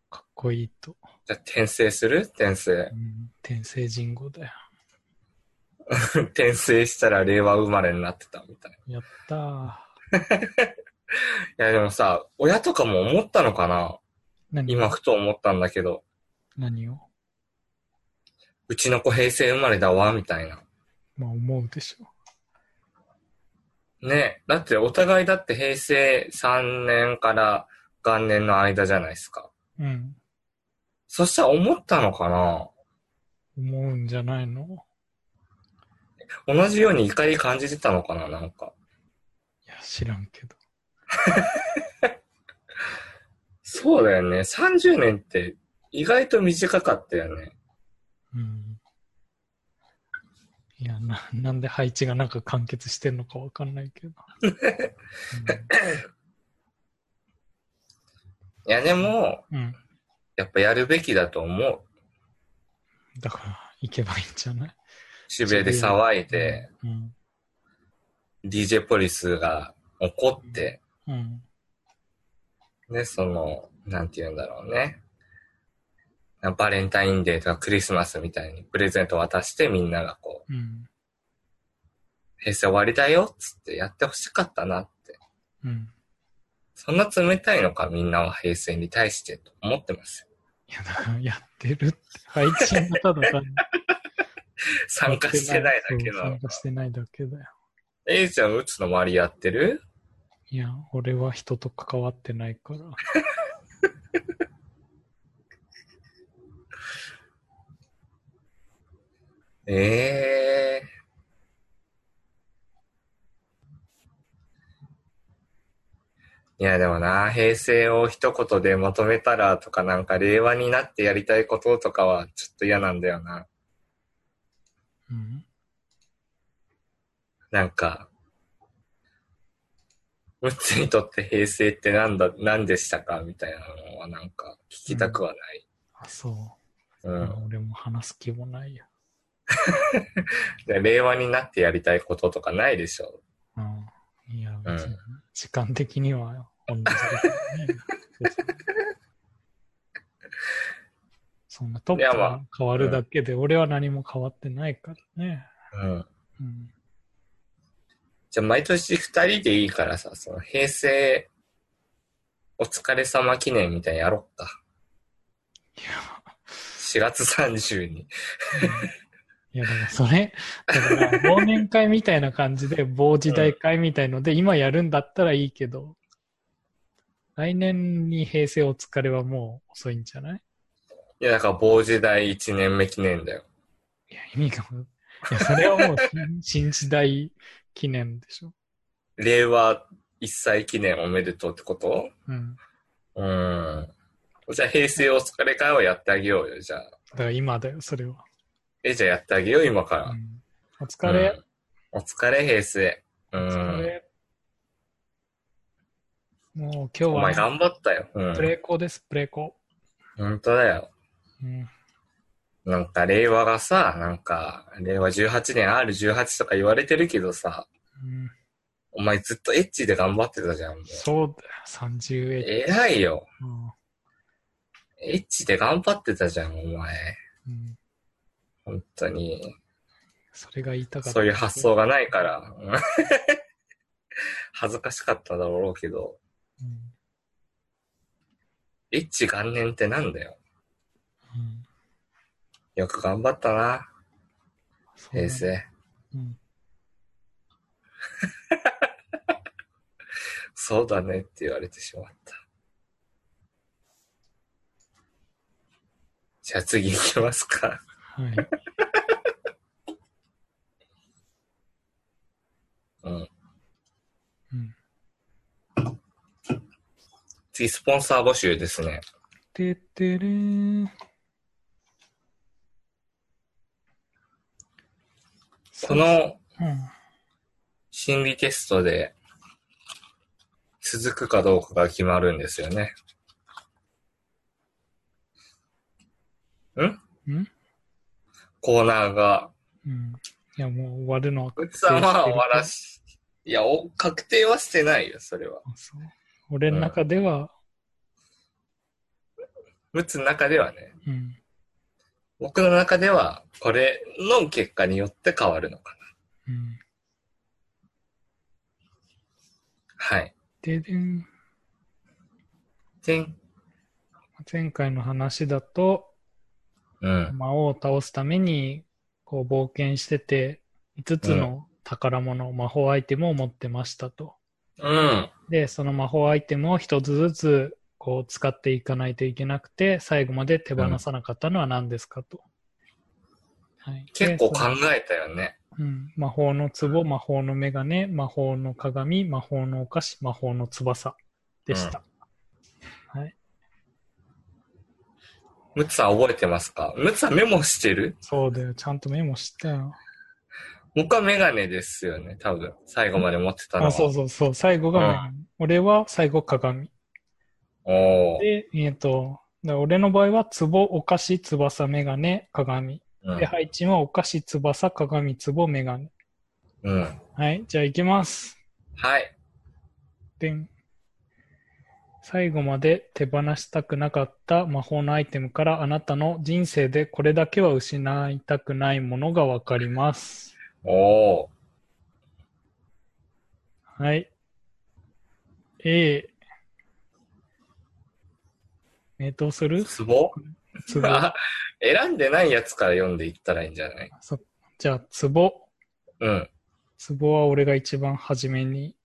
[SPEAKER 1] かっこいいと。
[SPEAKER 2] あ、じゃあ転生する転生 [LAUGHS]
[SPEAKER 1] う。ん。天聖人語だよ。
[SPEAKER 2] 転生したら令和生まれになってたみたいな。い
[SPEAKER 1] やったー。
[SPEAKER 2] やでもさ、親とかも思ったのかな
[SPEAKER 1] 何
[SPEAKER 2] 今ふと思ったんだけど、
[SPEAKER 1] 何を
[SPEAKER 2] うちの子平成生まれだわ、みたいな。
[SPEAKER 1] まあ思うでしょ。
[SPEAKER 2] ねだってお互いだって平成3年から元年の間じゃないですか。
[SPEAKER 1] うん。
[SPEAKER 2] そしたら思ったのかな
[SPEAKER 1] 思うんじゃないの
[SPEAKER 2] 同じように怒り感じてたのかななんか。
[SPEAKER 1] いや、知らんけど。
[SPEAKER 2] そうだよね。30年って意外と短かったよね。
[SPEAKER 1] うん。いや、な、なんで配置がなんか完結してんのかわかんないけ
[SPEAKER 2] [LAUGHS]
[SPEAKER 1] ど。
[SPEAKER 2] いやでも、
[SPEAKER 1] うん。うん
[SPEAKER 2] やっぱやるべきだと思う。
[SPEAKER 1] だから、行けばいいんじゃない
[SPEAKER 2] 渋谷で騒いで、
[SPEAKER 1] うん。
[SPEAKER 2] DJ ポリスが怒って、
[SPEAKER 1] うん。
[SPEAKER 2] ね、その、なんて言うんだろうね。バレンタインデーとかクリスマスみたいにプレゼント渡してみんながこう、
[SPEAKER 1] うん。
[SPEAKER 2] 平成終わりだよっつってやってほしかったなって。
[SPEAKER 1] うん。
[SPEAKER 2] そんな冷たいのかみんなは平成に対してと思ってますよ。
[SPEAKER 1] いや、だから、やってるって。 [LAUGHS] 配置がただ単に
[SPEAKER 2] [LAUGHS] 参加してないだけ
[SPEAKER 1] そう
[SPEAKER 2] なの
[SPEAKER 1] 参。加してないだけだよ。
[SPEAKER 2] エイちゃん、うつの周りやってる
[SPEAKER 1] いや、俺は人と関わってないから。
[SPEAKER 2] ええいや、でもな、平成を一言でまとめたらとか、なんか令和になってやりたいこととかはちょっと嫌なんだよな。
[SPEAKER 1] うん。
[SPEAKER 2] なんか、ムッツにとって平成ってなんだ、何でしたかみたいなのはなんか聞きたくはない。
[SPEAKER 1] あ、そうう。
[SPEAKER 2] ん。
[SPEAKER 1] 俺も話す気もないよ。
[SPEAKER 2] で令和になってやりたいこととかないでしょ。
[SPEAKER 1] うん。いや、
[SPEAKER 2] うん
[SPEAKER 1] 別に時間的には同じだからね。別
[SPEAKER 2] [LAUGHS]
[SPEAKER 1] にそんなトップ
[SPEAKER 2] いやま
[SPEAKER 1] が変わるだけで、俺は何も変わってないからね。
[SPEAKER 2] うん。
[SPEAKER 1] うん。
[SPEAKER 2] じゃあ毎年二人でいいからさ、その平成お疲れ様記念みたいにやろっか。
[SPEAKER 1] いや、
[SPEAKER 2] 4月30に。
[SPEAKER 1] いや、でもそれ、だから忘年会みたいな感じで、某時代会みたいので、今やるんだったらいいけど、来年に平成お疲れはもう遅いんじゃない
[SPEAKER 2] いや、だから某時代1年目記念だよ。
[SPEAKER 1] いや、意味がもう、いや、それはもう新新 [LAUGHS] 時代記念でしょ。
[SPEAKER 2] 令和1歳記念おめでとうってこと
[SPEAKER 1] うん。
[SPEAKER 2] うん。じゃあ平成お疲れ会をやってあげようよ、じゃあ。
[SPEAKER 1] だから今だよ、それは。
[SPEAKER 2] え、じゃあやってあげよう、今か
[SPEAKER 1] う
[SPEAKER 2] ら。
[SPEAKER 1] ん、お疲れ、
[SPEAKER 2] うんお疲れ、平成。う
[SPEAKER 1] お疲
[SPEAKER 2] ん。
[SPEAKER 1] れ。もう今
[SPEAKER 2] お前
[SPEAKER 1] 日は
[SPEAKER 2] 頑張ったよ。う
[SPEAKER 1] プレ
[SPEAKER 2] ん。
[SPEAKER 1] イコです、プレイコ。
[SPEAKER 2] 本当だよ。
[SPEAKER 1] うん。
[SPEAKER 2] なんか令和がさ、なんか、令和18年 R18 とか言われてるけどさ、
[SPEAKER 1] ううん、
[SPEAKER 2] お前ずっとエッチで頑張ってたじゃん。もう
[SPEAKER 1] そうだよ、30円。
[SPEAKER 2] 偉いよ。
[SPEAKER 1] うん
[SPEAKER 2] エッチで頑張ってたじゃん、お前。
[SPEAKER 1] うん、
[SPEAKER 2] 本当に。
[SPEAKER 1] それが言いたかった。
[SPEAKER 2] そういう発想がないから。うん [LAUGHS] 恥ずかしかっただろうけど。
[SPEAKER 1] うん。
[SPEAKER 2] エッチ元年ってなんだよ。
[SPEAKER 1] うん
[SPEAKER 2] よく頑張ったな、
[SPEAKER 1] そうなん
[SPEAKER 2] 平
[SPEAKER 1] だ
[SPEAKER 2] 成。
[SPEAKER 1] うん。
[SPEAKER 2] そうだねって言われてしまった。じゃあ次行きますか。
[SPEAKER 1] はい。
[SPEAKER 2] うん。
[SPEAKER 1] うん。
[SPEAKER 2] 次、スポンサー募集ですね。
[SPEAKER 1] てってれーん。
[SPEAKER 2] この
[SPEAKER 1] うん、
[SPEAKER 2] 心理テストで、続くかどうかが決まるんですよね。ん
[SPEAKER 1] ん
[SPEAKER 2] コーナーが、
[SPEAKER 1] うん。いや、もう終わるのは
[SPEAKER 2] うちさんは終わらし、いや、お確定はしてないよ、それは。
[SPEAKER 1] そう。俺の中では、
[SPEAKER 2] むつの中ではね、
[SPEAKER 1] うん。
[SPEAKER 2] 僕の中では、これの結果によって変わるのかな。
[SPEAKER 1] うん。
[SPEAKER 2] はい。
[SPEAKER 1] ででん。
[SPEAKER 2] てん。
[SPEAKER 1] 前回の話だと、
[SPEAKER 2] うん。
[SPEAKER 1] 魔王を倒すために、こう冒険してて、5つの宝物、魔法アイテムを持ってましたと。
[SPEAKER 2] うん。
[SPEAKER 1] で、その魔法アイテムを一つずつ、こう使っていかないといけなくて、最後まで手放さなかったのは何ですかと。はい、
[SPEAKER 2] 結構
[SPEAKER 1] で
[SPEAKER 2] 考えたよね。
[SPEAKER 1] うん、魔法の壺、魔法のメガネ、魔法の鏡、魔法のお菓子、魔法の翼でした。はい。
[SPEAKER 2] むつさん覚えてますかむつさんメモしてる
[SPEAKER 1] そうだよ。ちゃんとメモしたよ。
[SPEAKER 2] 僕はメガネですよね、多分。最後まで持ってたのは。
[SPEAKER 1] あ、そうそうそう。最後がメガネ、俺は最後鏡。
[SPEAKER 2] おー
[SPEAKER 1] で、えっ、と、だ俺の場合は、壺、お菓子、翼、メガネ、鏡。
[SPEAKER 2] うん
[SPEAKER 1] で、配置はお菓子、翼、鏡、壺、メガネ。
[SPEAKER 2] うん。
[SPEAKER 1] はい。じゃあ行きます。
[SPEAKER 2] はい。
[SPEAKER 1] でん。最後まで手放したくなかった魔法のアイテムからあなたの人生でこれだけは失いたくないものがわかります。
[SPEAKER 2] おー
[SPEAKER 1] はい。A。えー、どうする
[SPEAKER 2] ツボ
[SPEAKER 1] つ
[SPEAKER 2] [LAUGHS]
[SPEAKER 1] ぼ。
[SPEAKER 2] 選んでないやつから読んでいったらいいんじゃない
[SPEAKER 1] そじゃあ、つぼ。
[SPEAKER 2] うん。
[SPEAKER 1] ツボは俺が一番初めに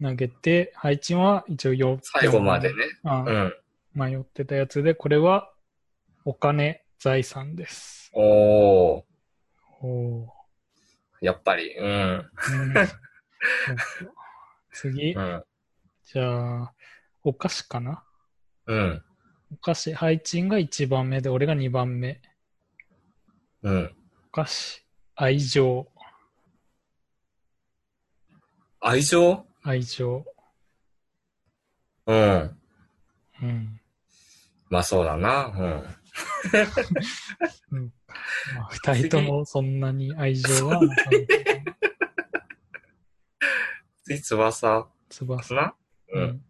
[SPEAKER 1] 投げて、配置は一応4
[SPEAKER 2] 最後までね。
[SPEAKER 1] あ
[SPEAKER 2] う、ん。
[SPEAKER 1] 迷ってたやつで、これはお金、財産です。
[SPEAKER 2] おー
[SPEAKER 1] おー
[SPEAKER 2] やっぱり。うん。
[SPEAKER 1] うんそう次
[SPEAKER 2] う、ん。
[SPEAKER 1] じゃあ、お菓子かな
[SPEAKER 2] うん。
[SPEAKER 1] お菓子、配置が1番目で、俺が2番目。
[SPEAKER 2] うん。
[SPEAKER 1] お菓子、愛情、
[SPEAKER 2] 愛情
[SPEAKER 1] 愛情。
[SPEAKER 2] うん。
[SPEAKER 1] うん。
[SPEAKER 2] まあそうだな。うん。
[SPEAKER 1] うんまあ、二人ともそんなに愛情はなかった
[SPEAKER 2] 次、翼 [LAUGHS]
[SPEAKER 1] 翼
[SPEAKER 2] かなう。
[SPEAKER 1] うんん。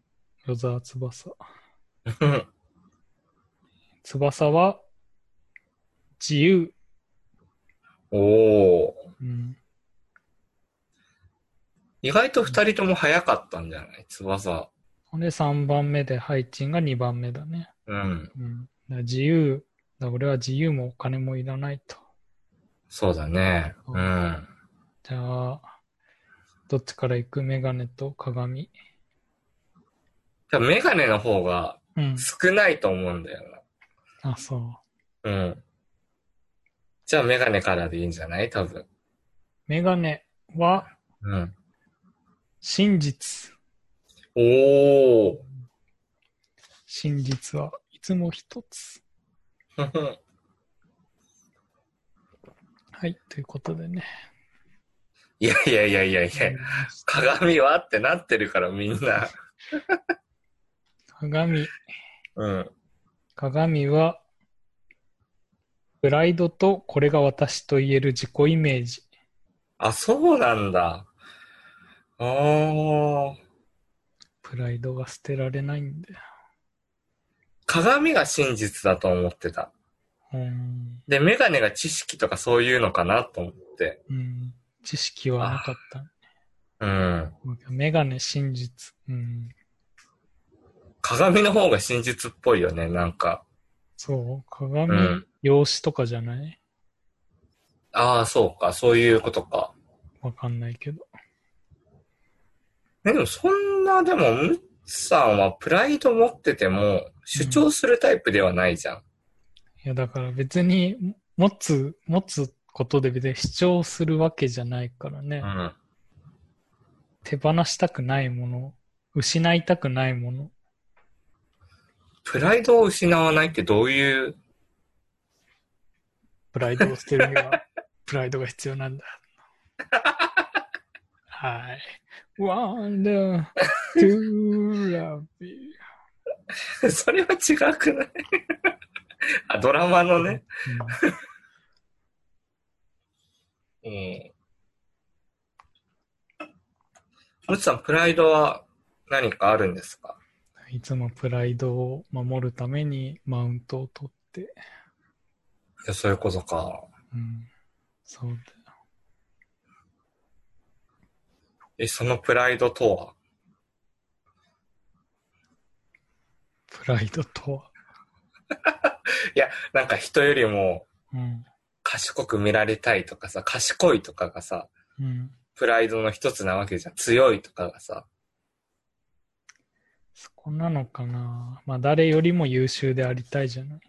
[SPEAKER 1] 与沢翼。翼は、自由。
[SPEAKER 2] [LAUGHS] おー
[SPEAKER 1] うん。
[SPEAKER 2] 意外と二人とも早かったんじゃない翼。
[SPEAKER 1] ほんで、3番目で、ハイチンが2番目だね。
[SPEAKER 2] うん。
[SPEAKER 1] うん。だから自由。だから俺は自由もお金もいらないと。
[SPEAKER 2] そうだね。
[SPEAKER 1] う
[SPEAKER 2] うん。
[SPEAKER 1] じゃあ、どっちから行くメガネと鏡。
[SPEAKER 2] 多分メガネの方が
[SPEAKER 1] うん。
[SPEAKER 2] 少ないと思うんだよ
[SPEAKER 1] あ、そう。
[SPEAKER 2] な。うん。じゃあメガネからでいいんじゃない多分。
[SPEAKER 1] メガネは、
[SPEAKER 2] うん。
[SPEAKER 1] 真実。
[SPEAKER 2] おお。
[SPEAKER 1] 真実はいつも一つ。はい、ということでね。
[SPEAKER 2] [LAUGHS] いやいやいやいやいや。鏡はってなってるからみんな。
[SPEAKER 1] 鏡。
[SPEAKER 2] うん。
[SPEAKER 1] 鏡は、プライドとこれが私と言える自己イメージ。
[SPEAKER 2] あ、そうなんだ。あー。
[SPEAKER 1] プライドが捨てられないんだよ。
[SPEAKER 2] 鏡が真実だと思ってた。
[SPEAKER 1] うん。
[SPEAKER 2] で、メガネが知識とかそういうのかなと思って。
[SPEAKER 1] うん。知識はなかった。
[SPEAKER 2] うん。
[SPEAKER 1] メガネ真実。うん。
[SPEAKER 2] 鏡の方が真実っぽいよね、なんか。
[SPEAKER 1] そう。鏡、
[SPEAKER 2] うん
[SPEAKER 1] 用紙とかじゃない
[SPEAKER 2] ああ、そうか、そういうことか。
[SPEAKER 1] わかんないけど。
[SPEAKER 2] ね、でもそんな、でも、ムッツさんはプライド持ってても、主張するタイプではないじゃん。
[SPEAKER 1] いや、だから別に、持つ、持つことで別に主張するわけじゃないからね。
[SPEAKER 2] うん。
[SPEAKER 1] 手放したくないもの、失いたくないもの。
[SPEAKER 2] プライドを失わないってどういう、 [LAUGHS]
[SPEAKER 1] プライドを捨てるに
[SPEAKER 2] [LAUGHS]
[SPEAKER 1] は、プライドが必要なんだ。はい。One, two, love you.
[SPEAKER 2] それは違くない [LAUGHS] あ、ドラマのね。うん。ムツさん、プライドは何かあるんですか
[SPEAKER 1] うんいつもプライドを守るためにマウントを取って。
[SPEAKER 2] いや、そういうことか。
[SPEAKER 1] うん、そうだよ。
[SPEAKER 2] え、そのプライドとは
[SPEAKER 1] プライドとは。
[SPEAKER 2] なんか人よりも
[SPEAKER 1] うん。
[SPEAKER 2] 賢く見られたいとかさ、賢いとかがさ、
[SPEAKER 1] うん。
[SPEAKER 2] プライドの一つなわけじゃん。強いとかがさ。
[SPEAKER 1] そこなのかな。まあ、誰よりも優秀でありたいじゃない。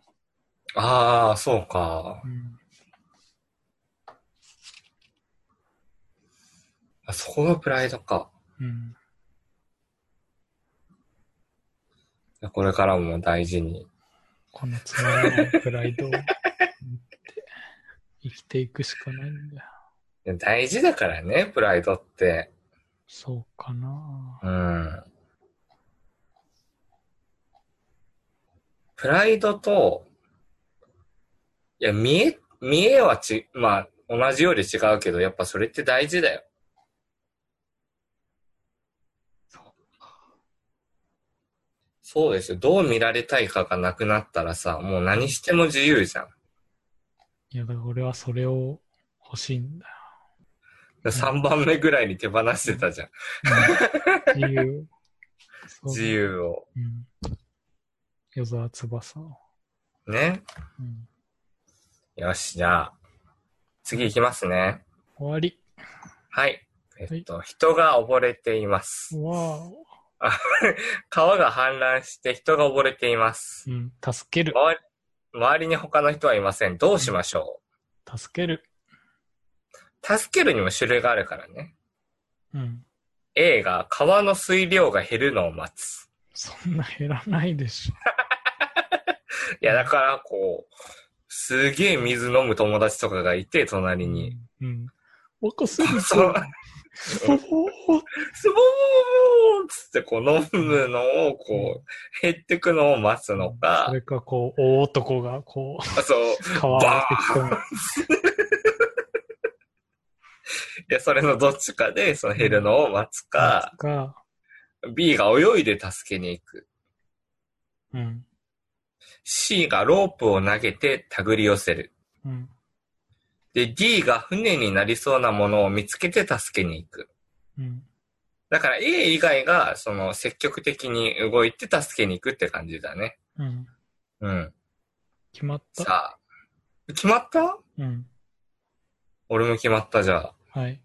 [SPEAKER 2] ああ、そうか
[SPEAKER 1] う。ん。
[SPEAKER 2] あそこがプライドか。
[SPEAKER 1] うん。
[SPEAKER 2] これからも大事に。
[SPEAKER 1] このつまらないプライドを持って生きていくしかないんだよ。
[SPEAKER 2] いや大事だからね、プライドって。
[SPEAKER 1] そうかな。
[SPEAKER 2] うん。プライドと、いや、見え、見えはち、まあ、同じようで違うけど、やっぱそれって大事だよ。そうですよ。どう見られたいかがなくなったらさ、もう何しても自由じゃん。
[SPEAKER 1] いや、だから俺はそれを欲しいんだよ。
[SPEAKER 2] 3番目ぐらいに手放してたじゃん。
[SPEAKER 1] うん自由。そう
[SPEAKER 2] 自。由を。
[SPEAKER 1] うん。夜沢翼を。
[SPEAKER 2] ね。
[SPEAKER 1] うん。
[SPEAKER 2] よし、じゃあ、次行きますね。
[SPEAKER 1] 終わり。
[SPEAKER 2] はい。えっと、人が溺れています。
[SPEAKER 1] わーお。
[SPEAKER 2] 川が氾濫して人が溺れています。
[SPEAKER 1] うん。助ける。
[SPEAKER 2] 周り周りに他の人はいません。どうしましょ
[SPEAKER 1] 助ける。
[SPEAKER 2] う助けるにも種類があるからね。
[SPEAKER 1] うん。
[SPEAKER 2] A が川の水量が減るのを待つ。
[SPEAKER 1] そんな減らないでしょ。
[SPEAKER 2] いや、だからこう、すげえ水飲む友達とかがいて、隣に。
[SPEAKER 1] うん。若すぎて。
[SPEAKER 2] そう
[SPEAKER 1] ほほほ
[SPEAKER 2] スボーンつってこう飲むのをこう、減ってくのを待つのか
[SPEAKER 1] [LAUGHS] そ、れか、こう、大男が、こ
[SPEAKER 2] そう、 [LAUGHS]
[SPEAKER 1] う、川を開けて
[SPEAKER 2] いや、それのどっちかで、その減るのを待つか、
[SPEAKER 1] か、
[SPEAKER 2] B が泳いで助けに行く。
[SPEAKER 1] うん。
[SPEAKER 2] C がロープを投げて手繰り寄せる。
[SPEAKER 1] うん。
[SPEAKER 2] で、D が船になりそうなものを見つけて助けに行く。
[SPEAKER 1] うん。
[SPEAKER 2] だから A 以外が、その、積極的に動いて助けに行くって感じだね。
[SPEAKER 1] うん。
[SPEAKER 2] うん。
[SPEAKER 1] 決まった。
[SPEAKER 2] さあ。決まった
[SPEAKER 1] うん。
[SPEAKER 2] 俺も決まったじゃあ
[SPEAKER 1] はい。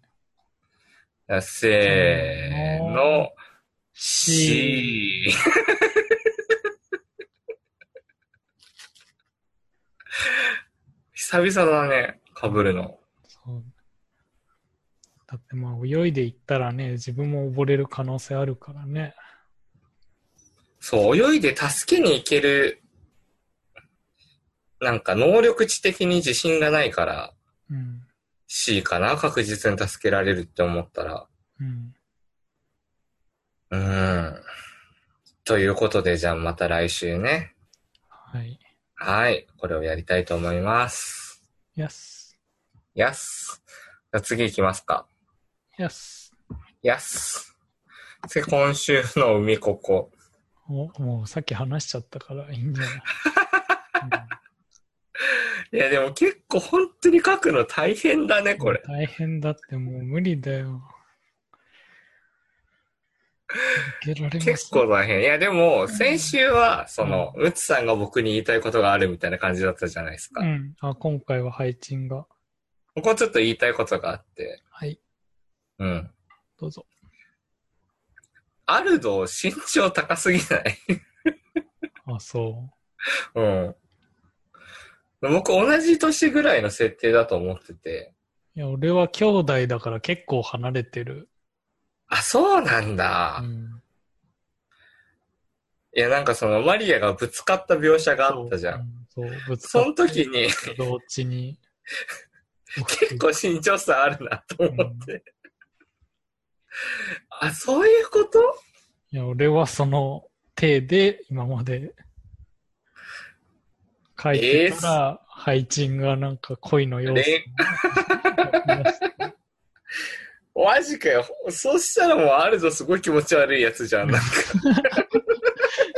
[SPEAKER 2] じゃあ。せーの。C。久々だね、被るの。
[SPEAKER 1] そう。だってまあ、泳いでいったらね、自分も溺れる可能性あるからね。
[SPEAKER 2] そう、泳いで助けに行ける、なんか能力値的に自信がないから、
[SPEAKER 1] うん。
[SPEAKER 2] C かな確実に助けられるって思ったら。
[SPEAKER 1] うん。
[SPEAKER 2] うーん。ということで、じゃあまた来週ね。
[SPEAKER 1] はい。
[SPEAKER 2] はい。これをやりたいと思います。
[SPEAKER 1] やす。
[SPEAKER 2] やっす。じゃあ次行きますか。
[SPEAKER 1] やす。
[SPEAKER 2] やっす。で今週の海ここ。
[SPEAKER 1] もう、もうさっき話しちゃったからいいん
[SPEAKER 2] [LAUGHS]
[SPEAKER 1] じゃない
[SPEAKER 2] いや、でも結構本当に書くの大変だね、
[SPEAKER 1] うん
[SPEAKER 2] これ。
[SPEAKER 1] 大変だってもう無理だよ。受けられます
[SPEAKER 2] 結構大変。いや、でも、先週は、その、ムツさんが僕に言いたいことがあるみたいな感じだったじゃないですか。
[SPEAKER 1] うん。あ、今回は配信が。
[SPEAKER 2] ここちょっと言いたいことがあって、
[SPEAKER 1] はい、
[SPEAKER 2] うん。
[SPEAKER 1] どうぞ。
[SPEAKER 2] アルド、身長高すぎない [LAUGHS]
[SPEAKER 1] あ、そ
[SPEAKER 2] うん。僕、同じ年ぐらいの設定だと思ってて。
[SPEAKER 1] う。いや、俺は兄弟だから結構離れてる。
[SPEAKER 2] あ、そうなんだ。
[SPEAKER 1] うん。
[SPEAKER 2] いや、なんかその、マリアがぶつかった描写があったじゃん。
[SPEAKER 1] そう。うんそう、ぶつか
[SPEAKER 2] そ
[SPEAKER 1] っ
[SPEAKER 2] の時に、
[SPEAKER 1] て同地に。
[SPEAKER 2] [LAUGHS] 結構身長差あるなと思って。あ、そういうこと
[SPEAKER 1] いや、俺はその手で今まで書いてたら、配置がなんか恋の要素
[SPEAKER 2] れマジかよ。そうしたらもうあるぞ、すごい気持ち悪いやつじゃん。なんか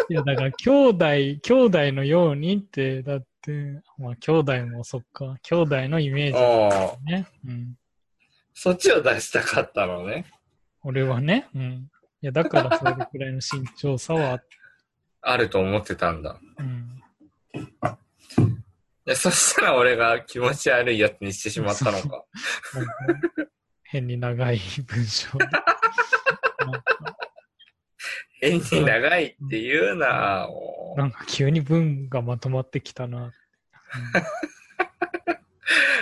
[SPEAKER 1] いや、だから兄弟、兄弟のようにって、だって、まあ兄弟もそっか、兄弟のイメージだ
[SPEAKER 2] うん
[SPEAKER 1] ね。うん。
[SPEAKER 2] そっちを出したかったのね。
[SPEAKER 1] 俺はね、うん。いや、だからそれくらいの身長差はあっ
[SPEAKER 2] あると思ってたんだ。
[SPEAKER 1] うん。
[SPEAKER 2] でそしたら俺が気持ち悪いやつにしてしまったの
[SPEAKER 1] な
[SPEAKER 2] か。
[SPEAKER 1] んか変に長い文章で。なんか
[SPEAKER 2] 変に長いって言うなもう
[SPEAKER 1] なんか急に文がまとまってきたなって。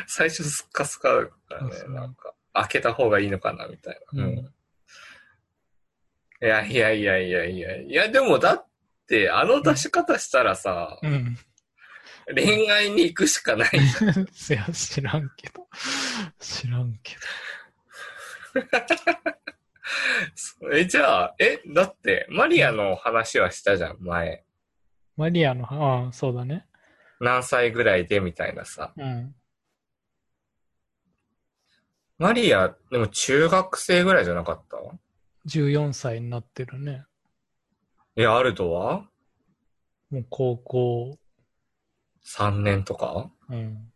[SPEAKER 2] 最初スッカスカだからね
[SPEAKER 1] そうそ。う
[SPEAKER 2] なんか、開けた方がいいのかなみたいな。
[SPEAKER 1] うん
[SPEAKER 2] いやいやいやいやいや。いや、でもだって、あの出し方したらさ、
[SPEAKER 1] うん。
[SPEAKER 2] 恋愛に行くしかない。 [LAUGHS]
[SPEAKER 1] いや、知らんけど。知らんけ
[SPEAKER 2] え、じゃあ、え、だって、マリアの話はしたじゃん、前。
[SPEAKER 1] ど。マリアの、ああ、そうだね。
[SPEAKER 2] 何歳ぐらいでみたいなさ。
[SPEAKER 1] うん。
[SPEAKER 2] マリア、でも中学生ぐらいじゃなかった
[SPEAKER 1] 14歳になってるね。
[SPEAKER 2] いや、アルドは
[SPEAKER 1] もう高校。
[SPEAKER 2] ?3 年とか
[SPEAKER 1] うん。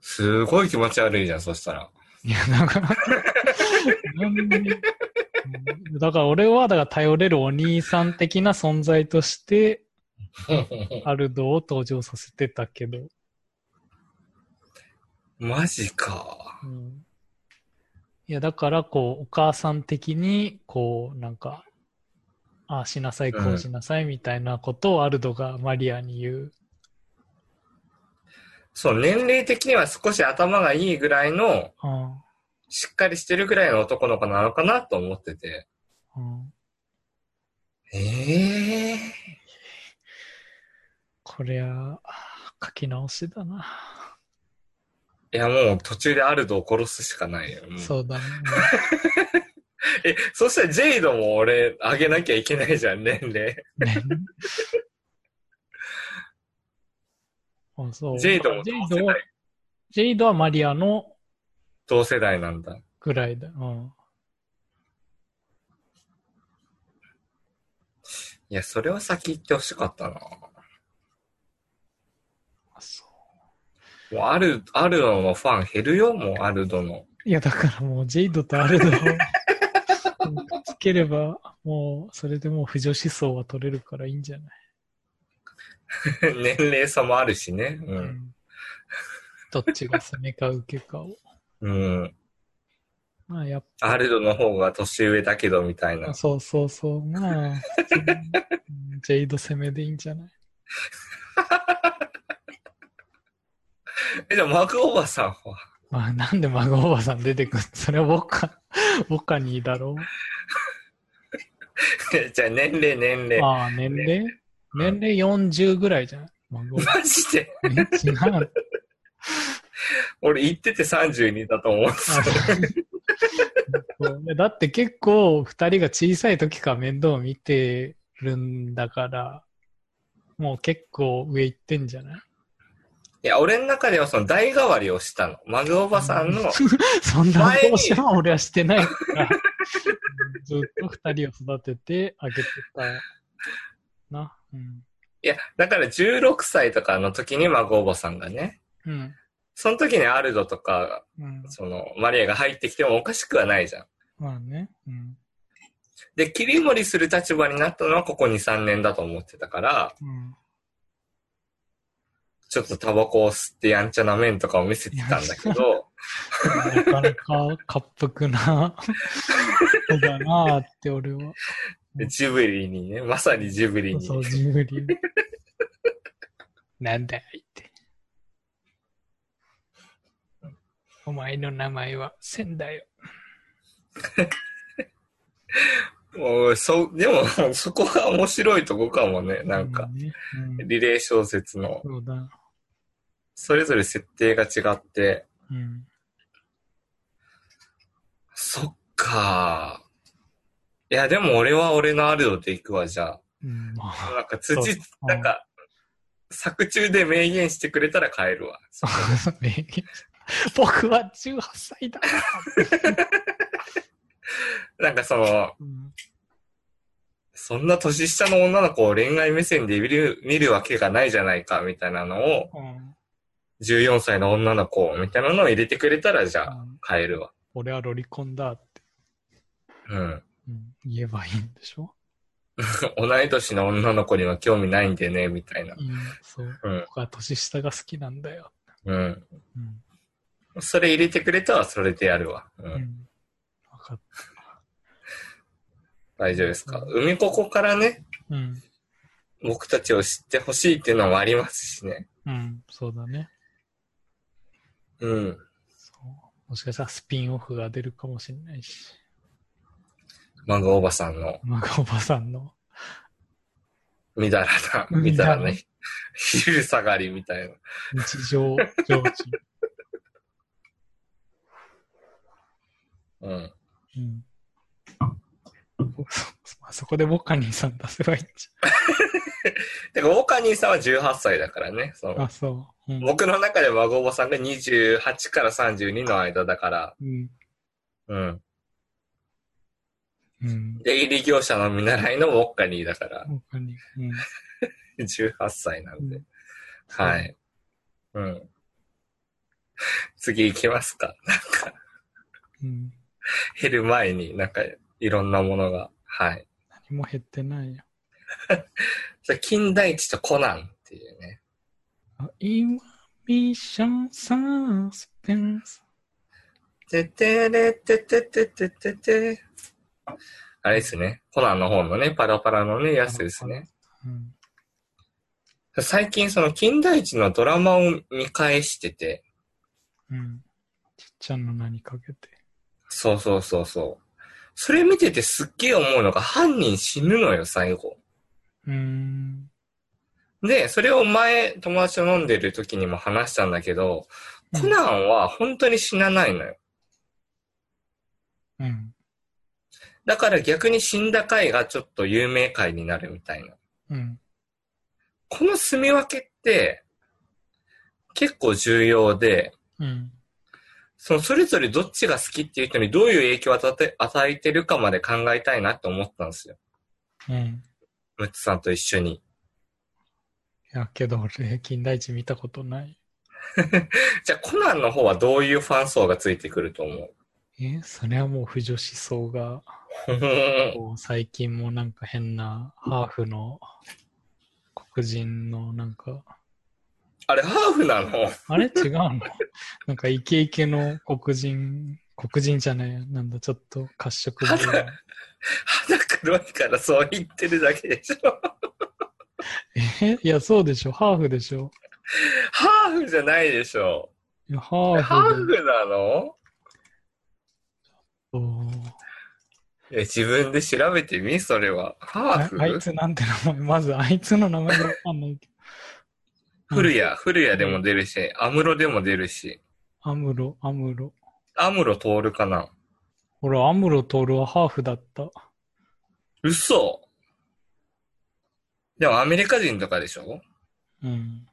[SPEAKER 2] すごい気持ち悪いじゃん、そしたら。 [LAUGHS]
[SPEAKER 1] いや、なんかなんで、うんだから俺は、だから頼れるお兄さん的な存在として、アルドを登場させてたけど。
[SPEAKER 2] マジか。
[SPEAKER 1] うんいや、だから、こう、お母さん的に、こう、なんか、ああしなさい、こうしなさい、みたいなことをアルドがマリアに言う。
[SPEAKER 2] そう、年齢的には少し頭がいいぐらいの、
[SPEAKER 1] あ
[SPEAKER 2] しっかりしてるぐらいの男の子なのかなと思ってて。
[SPEAKER 1] あうん
[SPEAKER 2] ええ
[SPEAKER 1] こりゃ、あ書き直しだな。
[SPEAKER 2] いや、もう途中でアルドを殺すしかないよ。もう
[SPEAKER 1] そうだね。
[SPEAKER 2] え、そしたらジェイドも俺、あげなきゃいけないじゃん、年齢。
[SPEAKER 1] ね [LAUGHS] あそう
[SPEAKER 2] ジェイドも
[SPEAKER 1] ジェ
[SPEAKER 2] 同
[SPEAKER 1] イ
[SPEAKER 2] 世
[SPEAKER 1] ドは
[SPEAKER 2] 代、
[SPEAKER 1] ジェイドはマリアの
[SPEAKER 2] 同世代なんだ。
[SPEAKER 1] ぐらいだ。うん。
[SPEAKER 2] いや、それは先言ってほしかったな。も
[SPEAKER 1] あそう
[SPEAKER 2] アル、アルドのファン減るよ、もうアルド
[SPEAKER 1] う
[SPEAKER 2] の。 [LAUGHS]
[SPEAKER 1] いや、だからもう、ジェイドとアルドをうんくっつければ、もう、それでもう、不女子層は取れるからいいんじゃない、
[SPEAKER 2] 年齢差もあるしね。
[SPEAKER 1] う
[SPEAKER 2] うん。
[SPEAKER 1] どっちが攻めか受けかを。
[SPEAKER 2] うん。
[SPEAKER 1] まあ、やっ
[SPEAKER 2] アルドの方が年上だけど、みたいな
[SPEAKER 1] ぱ、。そうそうそう。まあ、普通にうんジェイド攻めでいいんじゃない
[SPEAKER 2] え、じゃあ、マクオーバさんは [LAUGHS]
[SPEAKER 1] まあ、なんで孫おばさん出てくるそれは僕か、僕かにいいだろう。
[SPEAKER 2] じゃあ、年齢、年齢。
[SPEAKER 1] ああ、年齢年齢40ぐらいじゃない孫
[SPEAKER 2] [LAUGHS]
[SPEAKER 1] おば
[SPEAKER 2] マジで
[SPEAKER 1] さん。違う。 [LAUGHS]
[SPEAKER 2] 俺、言ってて32だと思って
[SPEAKER 1] あそうだって結構二人が小さい時から面倒を見てるんだから、もう結構上行ってんじゃない
[SPEAKER 2] いや、俺の中ではその代
[SPEAKER 1] [LAUGHS]
[SPEAKER 2] [LAUGHS] 替わりをしたの。マグおばさんの、 [LAUGHS]
[SPEAKER 1] そんな話は俺はしてないから。ずっと二人を育ててあげてたな。うん。
[SPEAKER 2] いや、だから16歳とかの時に孫おばさんがね、
[SPEAKER 1] うん。
[SPEAKER 2] その時にアルドとか、
[SPEAKER 1] うん。
[SPEAKER 2] その、マリアが入ってきてもおかしくはないじゃん。
[SPEAKER 1] まあね。うん。
[SPEAKER 2] で、切り盛りする立場になったのはここ2、3年だと思ってたから、
[SPEAKER 1] うん。
[SPEAKER 2] ちょっとタバコを吸ってやんちゃな面とかを見せてたんだけど、
[SPEAKER 1] なかなか、かっぷくな人だなあって、俺は。
[SPEAKER 2] でジブリにね、まさにジブリに。
[SPEAKER 1] そう、ジブリ。なんだいって。お前の名前は千だよ。
[SPEAKER 2] もうそう、でも、そこが面白いとこかもね、なん
[SPEAKER 1] う
[SPEAKER 2] か、
[SPEAKER 1] ねうん
[SPEAKER 2] リレー小説の、
[SPEAKER 1] そうだ。
[SPEAKER 2] それぞれ設定が違って、
[SPEAKER 1] うん。
[SPEAKER 2] そっかいや、でも俺は俺のアルドで行くわ、じゃ
[SPEAKER 1] うん、ま
[SPEAKER 2] あ。
[SPEAKER 1] あ。
[SPEAKER 2] なんか
[SPEAKER 1] そう
[SPEAKER 2] 土、
[SPEAKER 1] うん
[SPEAKER 2] なんか、作中で明言してくれたら帰るわ。
[SPEAKER 1] [LAUGHS] 僕は18歳だ。
[SPEAKER 2] なんかその、
[SPEAKER 1] うん
[SPEAKER 2] そんな年下の女の子を恋愛目線で見る見るわけがないじゃないか、みたいなのを、
[SPEAKER 1] うん
[SPEAKER 2] 14歳の女の子、みたいなのを入れてくれたら、じゃあ、帰るわ。
[SPEAKER 1] 俺はロリコンだって、
[SPEAKER 2] うん。
[SPEAKER 1] う
[SPEAKER 2] [LAUGHS]
[SPEAKER 1] ん言えばいいんでしょ、
[SPEAKER 2] 同い年の女の子には興味ないんでね、みたいな。
[SPEAKER 1] うん、そう。
[SPEAKER 2] うん。
[SPEAKER 1] 僕は年下が好きなんだよ。
[SPEAKER 2] うん。
[SPEAKER 1] うん。
[SPEAKER 2] それ入れてくれたら、それでやるわ。う。
[SPEAKER 1] うんん。分かっ
[SPEAKER 2] 大丈夫ですか。海ここからね、
[SPEAKER 1] た。うん。
[SPEAKER 2] 僕たちを知ってほしいっていうのもありますしね。
[SPEAKER 1] うん。そうだね。
[SPEAKER 2] うん。
[SPEAKER 1] そう。もしかしたらスピンオフが出るかもしれないし。
[SPEAKER 2] マグおばさんの、
[SPEAKER 1] マグおばさんの。
[SPEAKER 2] みだらな、みだらな、昼下がりみたいな。
[SPEAKER 1] 日常常識。
[SPEAKER 2] うん。
[SPEAKER 1] うん。 [LAUGHS] そそこでボカニーさん出せばいいんじ
[SPEAKER 2] てか、オカニーさんは18歳だからね。そ
[SPEAKER 1] ゃん。あ、
[SPEAKER 2] の
[SPEAKER 1] そう。うん。
[SPEAKER 2] 僕の中でマグおばさんが28から32の間だから。
[SPEAKER 1] うん。
[SPEAKER 2] うん。
[SPEAKER 1] うん。
[SPEAKER 2] 出入り業者の見習いのオカニーだから、
[SPEAKER 1] ボカニー。うん。
[SPEAKER 2] 18歳なん
[SPEAKER 1] う
[SPEAKER 2] で
[SPEAKER 1] ん。
[SPEAKER 2] はい。うん。次行きますか。なんか、
[SPEAKER 1] うん。
[SPEAKER 2] 減る前になんか、いろんなものが。はい。
[SPEAKER 1] 何も減ってないよ。
[SPEAKER 2] それ金田一とコナンっていうね。
[SPEAKER 1] インミッションサンスペンス。
[SPEAKER 2] ててれてててててて。あれですね。コナンの方のね、パラパラのね、やつですね。
[SPEAKER 1] うん。
[SPEAKER 2] 最近その金田一のドラマを見返してて、
[SPEAKER 1] うん。ちっちゃな名にかけて。
[SPEAKER 2] そうそうそうそう。それ見ててすっげえ思うのが犯人死ぬのよ、最後。
[SPEAKER 1] うーん。
[SPEAKER 2] で、それを前、友達と飲んでる時にも話したんだけど、
[SPEAKER 1] うん
[SPEAKER 2] コナンは本当に死なないのよ。
[SPEAKER 1] うん。
[SPEAKER 2] だから逆に死んだ回がちょっと有名回になるみたいな。
[SPEAKER 1] うん。
[SPEAKER 2] この住み分けって、結構重要で、
[SPEAKER 1] うん。
[SPEAKER 2] そのそれぞれどっちが好きっていう人にどういう影響を与えて与えてるかまで考えたいなって思ったんですよ。
[SPEAKER 1] うん。
[SPEAKER 2] ムッツさんと一緒に。
[SPEAKER 1] いや、けど俺、金田一見たことない。
[SPEAKER 2] じゃあコナンの方はどういうファン層がついてくると思う [LAUGHS]
[SPEAKER 1] え、それはもう不女子層が、こう最近もなんか変なハーフの黒人のなんか、
[SPEAKER 2] あれハーフなの
[SPEAKER 1] あれ違うのなんかイケイケの黒人、黒人じゃない、なんだ、ちょっと褐色の。
[SPEAKER 2] 肌黒いからそう言ってるだけでしょ。
[SPEAKER 1] えいや、そうでしょ。ハーフでしょ。
[SPEAKER 2] ハーフじゃないでしょ。
[SPEAKER 1] いやハ
[SPEAKER 2] ハ
[SPEAKER 1] ーフ
[SPEAKER 2] ーフ
[SPEAKER 1] で。
[SPEAKER 2] なの
[SPEAKER 1] お
[SPEAKER 2] いや自分で調べてみ、それは。ハー
[SPEAKER 1] あ
[SPEAKER 2] フ
[SPEAKER 1] あいつなんて名前、まずあいつの名前がわかんないけど。
[SPEAKER 2] 古谷、古谷でも出るし、アムロでも出るし、
[SPEAKER 1] アムロ、アムロ。
[SPEAKER 2] アムロ通るかな
[SPEAKER 1] ほら、アムロトールはハーフだった。
[SPEAKER 2] 嘘でもアメリカ人とかでしょ
[SPEAKER 1] うん。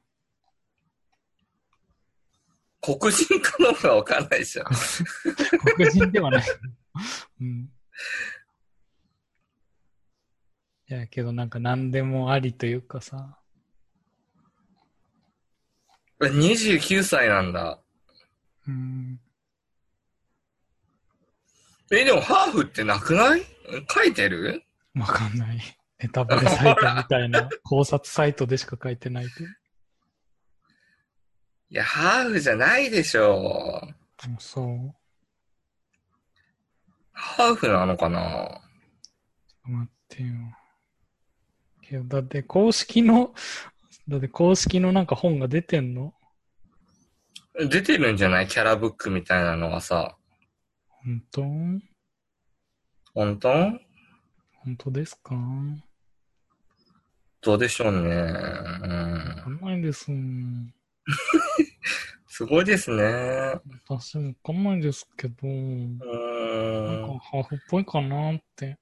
[SPEAKER 2] 黒人かどうかわかんないじゃん。
[SPEAKER 1] [LAUGHS] 黒人ではない。うん。いや、けどなんか何でもありというかさ。
[SPEAKER 2] 29歳なんだ。
[SPEAKER 1] うん。
[SPEAKER 2] え、でもハーフってなくない書いてる
[SPEAKER 1] わかんない。ネタバレサイトみたい [LAUGHS] な考察サイトでしか書いてないけど。
[SPEAKER 2] いや、ハーフじゃないでしょう。
[SPEAKER 1] でもそう。
[SPEAKER 2] ハーフなのかな
[SPEAKER 1] 待ってよ。けど、だって公式の、だって公式のなんか本が出てんの
[SPEAKER 2] 出てるんじゃないキャラブックみたいなのはさ。
[SPEAKER 1] 本当
[SPEAKER 2] 本当
[SPEAKER 1] 本当ですかわ
[SPEAKER 2] どうでしょうね。うん
[SPEAKER 1] かんないです。
[SPEAKER 2] すごいですね。
[SPEAKER 1] 私もわかんないですけど、
[SPEAKER 2] う
[SPEAKER 1] なん
[SPEAKER 2] ー
[SPEAKER 1] か
[SPEAKER 2] ん。
[SPEAKER 1] ハーフっぽいかなって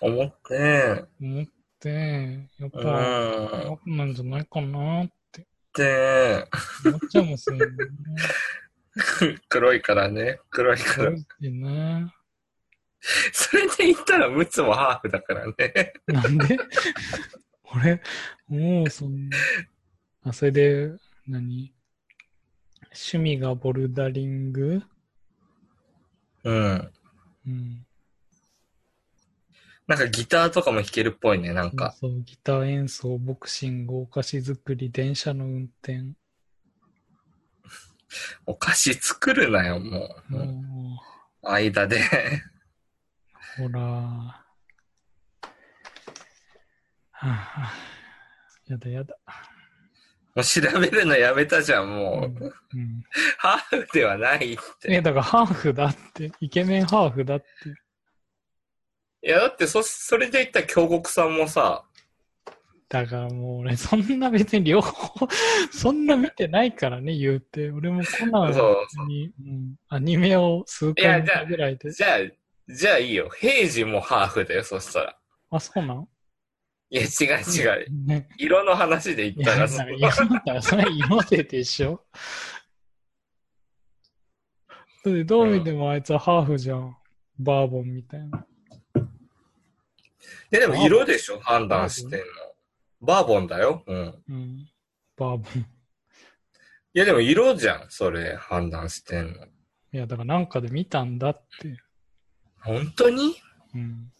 [SPEAKER 2] 思って、
[SPEAKER 1] 思って、やっ
[SPEAKER 2] う
[SPEAKER 1] ぱ、
[SPEAKER 2] ーん。
[SPEAKER 1] ハーフなんじゃないかなって
[SPEAKER 2] で、
[SPEAKER 1] 思っちゃいますよね。
[SPEAKER 2] 黒いからね。黒いから。
[SPEAKER 1] でね。
[SPEAKER 2] それで言ったら、ムツもハーフだからね。
[SPEAKER 1] なんで [LAUGHS] 俺、もうそんな。あ、それで、何趣味がボルダリング
[SPEAKER 2] うん。
[SPEAKER 1] うん。
[SPEAKER 2] なんかギターとかも弾けるっぽいね、なんか。
[SPEAKER 1] そう、ギター演奏、ボクシング、お菓子作り、電車の運転。
[SPEAKER 2] お菓子作るなよ、もう。
[SPEAKER 1] も
[SPEAKER 2] 間で。 [LAUGHS]
[SPEAKER 1] う、ほら。はあ、はあ、やだやだ。
[SPEAKER 2] もう調べるのやめたじゃん、
[SPEAKER 1] う
[SPEAKER 2] もう。
[SPEAKER 1] ん。うん、
[SPEAKER 2] ハーフではないって。
[SPEAKER 1] え、だからハーフだって。イケメンハーフだって。
[SPEAKER 2] いや、だってそ、それで言ったら京極さんもさ、
[SPEAKER 1] だからもう俺、そんな別に両方、 [LAUGHS] そんな見てないからね、言うて。俺もコナン
[SPEAKER 2] そうそう
[SPEAKER 1] は別に、うん、アニメを数
[SPEAKER 2] いや
[SPEAKER 1] 回見
[SPEAKER 2] じゃあ
[SPEAKER 1] たぐらいで。
[SPEAKER 2] じゃあ、じゃあいいよ。平時もハーフだよ、そしたら。
[SPEAKER 1] あ、そうなん
[SPEAKER 2] いや、違う違う。
[SPEAKER 1] ね。
[SPEAKER 2] 色の話で
[SPEAKER 1] い
[SPEAKER 2] 言った
[SPEAKER 1] や、
[SPEAKER 2] ら
[SPEAKER 1] だ
[SPEAKER 2] そ
[SPEAKER 1] か
[SPEAKER 2] う
[SPEAKER 1] ら、いや、だからそれ色ででしょ。だってどう見てもあいつはハーフじゃん。バーボンみたいな。
[SPEAKER 2] ででも色でしょ、判断してんの。バーボンだよ。うん。
[SPEAKER 1] うん。バーボン。
[SPEAKER 2] いや、でも色じゃん、それ、判断してんの。
[SPEAKER 1] いや、だからなんかで見たんだって。
[SPEAKER 2] 本当に
[SPEAKER 1] うん。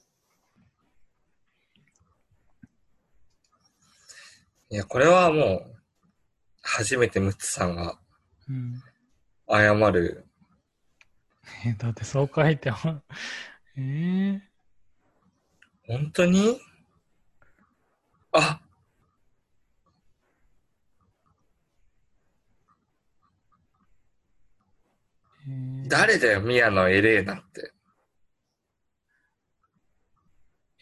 [SPEAKER 2] いや、これはもう、初めてムツさんが
[SPEAKER 1] うん。
[SPEAKER 2] 謝る。
[SPEAKER 1] え、だってそう書いてある。えー、
[SPEAKER 2] 本当にあ
[SPEAKER 1] えー
[SPEAKER 2] 誰だよ、宮野エレーナって。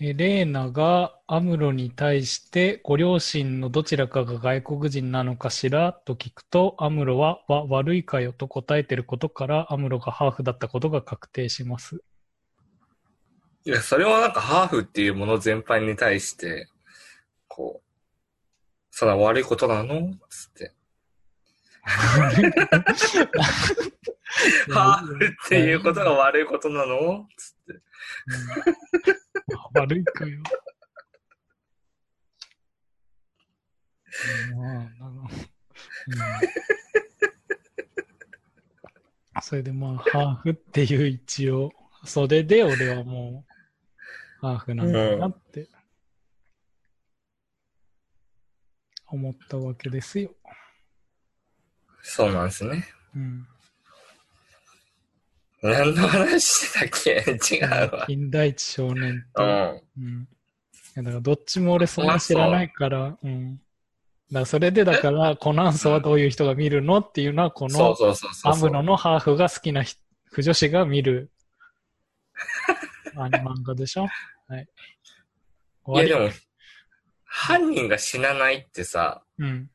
[SPEAKER 1] エレーナがアムロに対してご両親のどちらかが外国人なのかしらと聞くとアムロはわ悪いかよと答えてることからアムロがハーフだったことが確定し
[SPEAKER 2] [LAUGHS]
[SPEAKER 1] ます。
[SPEAKER 2] いや、それはなんかハーフっていうもの全般に対して、こう、そんな悪いことなのつって。ハーフっていうことが悪いことなのつって。
[SPEAKER 1] うん悪いかよ。まあ、あの、うん、それでまあ、ハーフっていう一応、それで俺はもう、ハーフなんだなって、思ったわけですよ。
[SPEAKER 2] そうなんですね。
[SPEAKER 1] うん、
[SPEAKER 2] 何の話してたっけ違う
[SPEAKER 1] [LAUGHS]
[SPEAKER 2] わ。
[SPEAKER 1] 金田一少年
[SPEAKER 2] う
[SPEAKER 1] と、
[SPEAKER 2] ん。
[SPEAKER 1] うん。いやだからどっちも俺そんな知らないから、うん。だからそれでだから、コナンソはどういう人が見るのっていうのは、こ
[SPEAKER 2] そう
[SPEAKER 1] の
[SPEAKER 2] そうそうそう
[SPEAKER 1] ア
[SPEAKER 2] そ
[SPEAKER 1] ム
[SPEAKER 2] う。
[SPEAKER 1] ロのハーフが好きな人腐女子が見る
[SPEAKER 2] [LAUGHS]
[SPEAKER 1] あの漫画でしょはい。
[SPEAKER 2] いや
[SPEAKER 1] 終
[SPEAKER 2] で
[SPEAKER 1] わ
[SPEAKER 2] も、犯人が死なないってさ、
[SPEAKER 1] り。うん。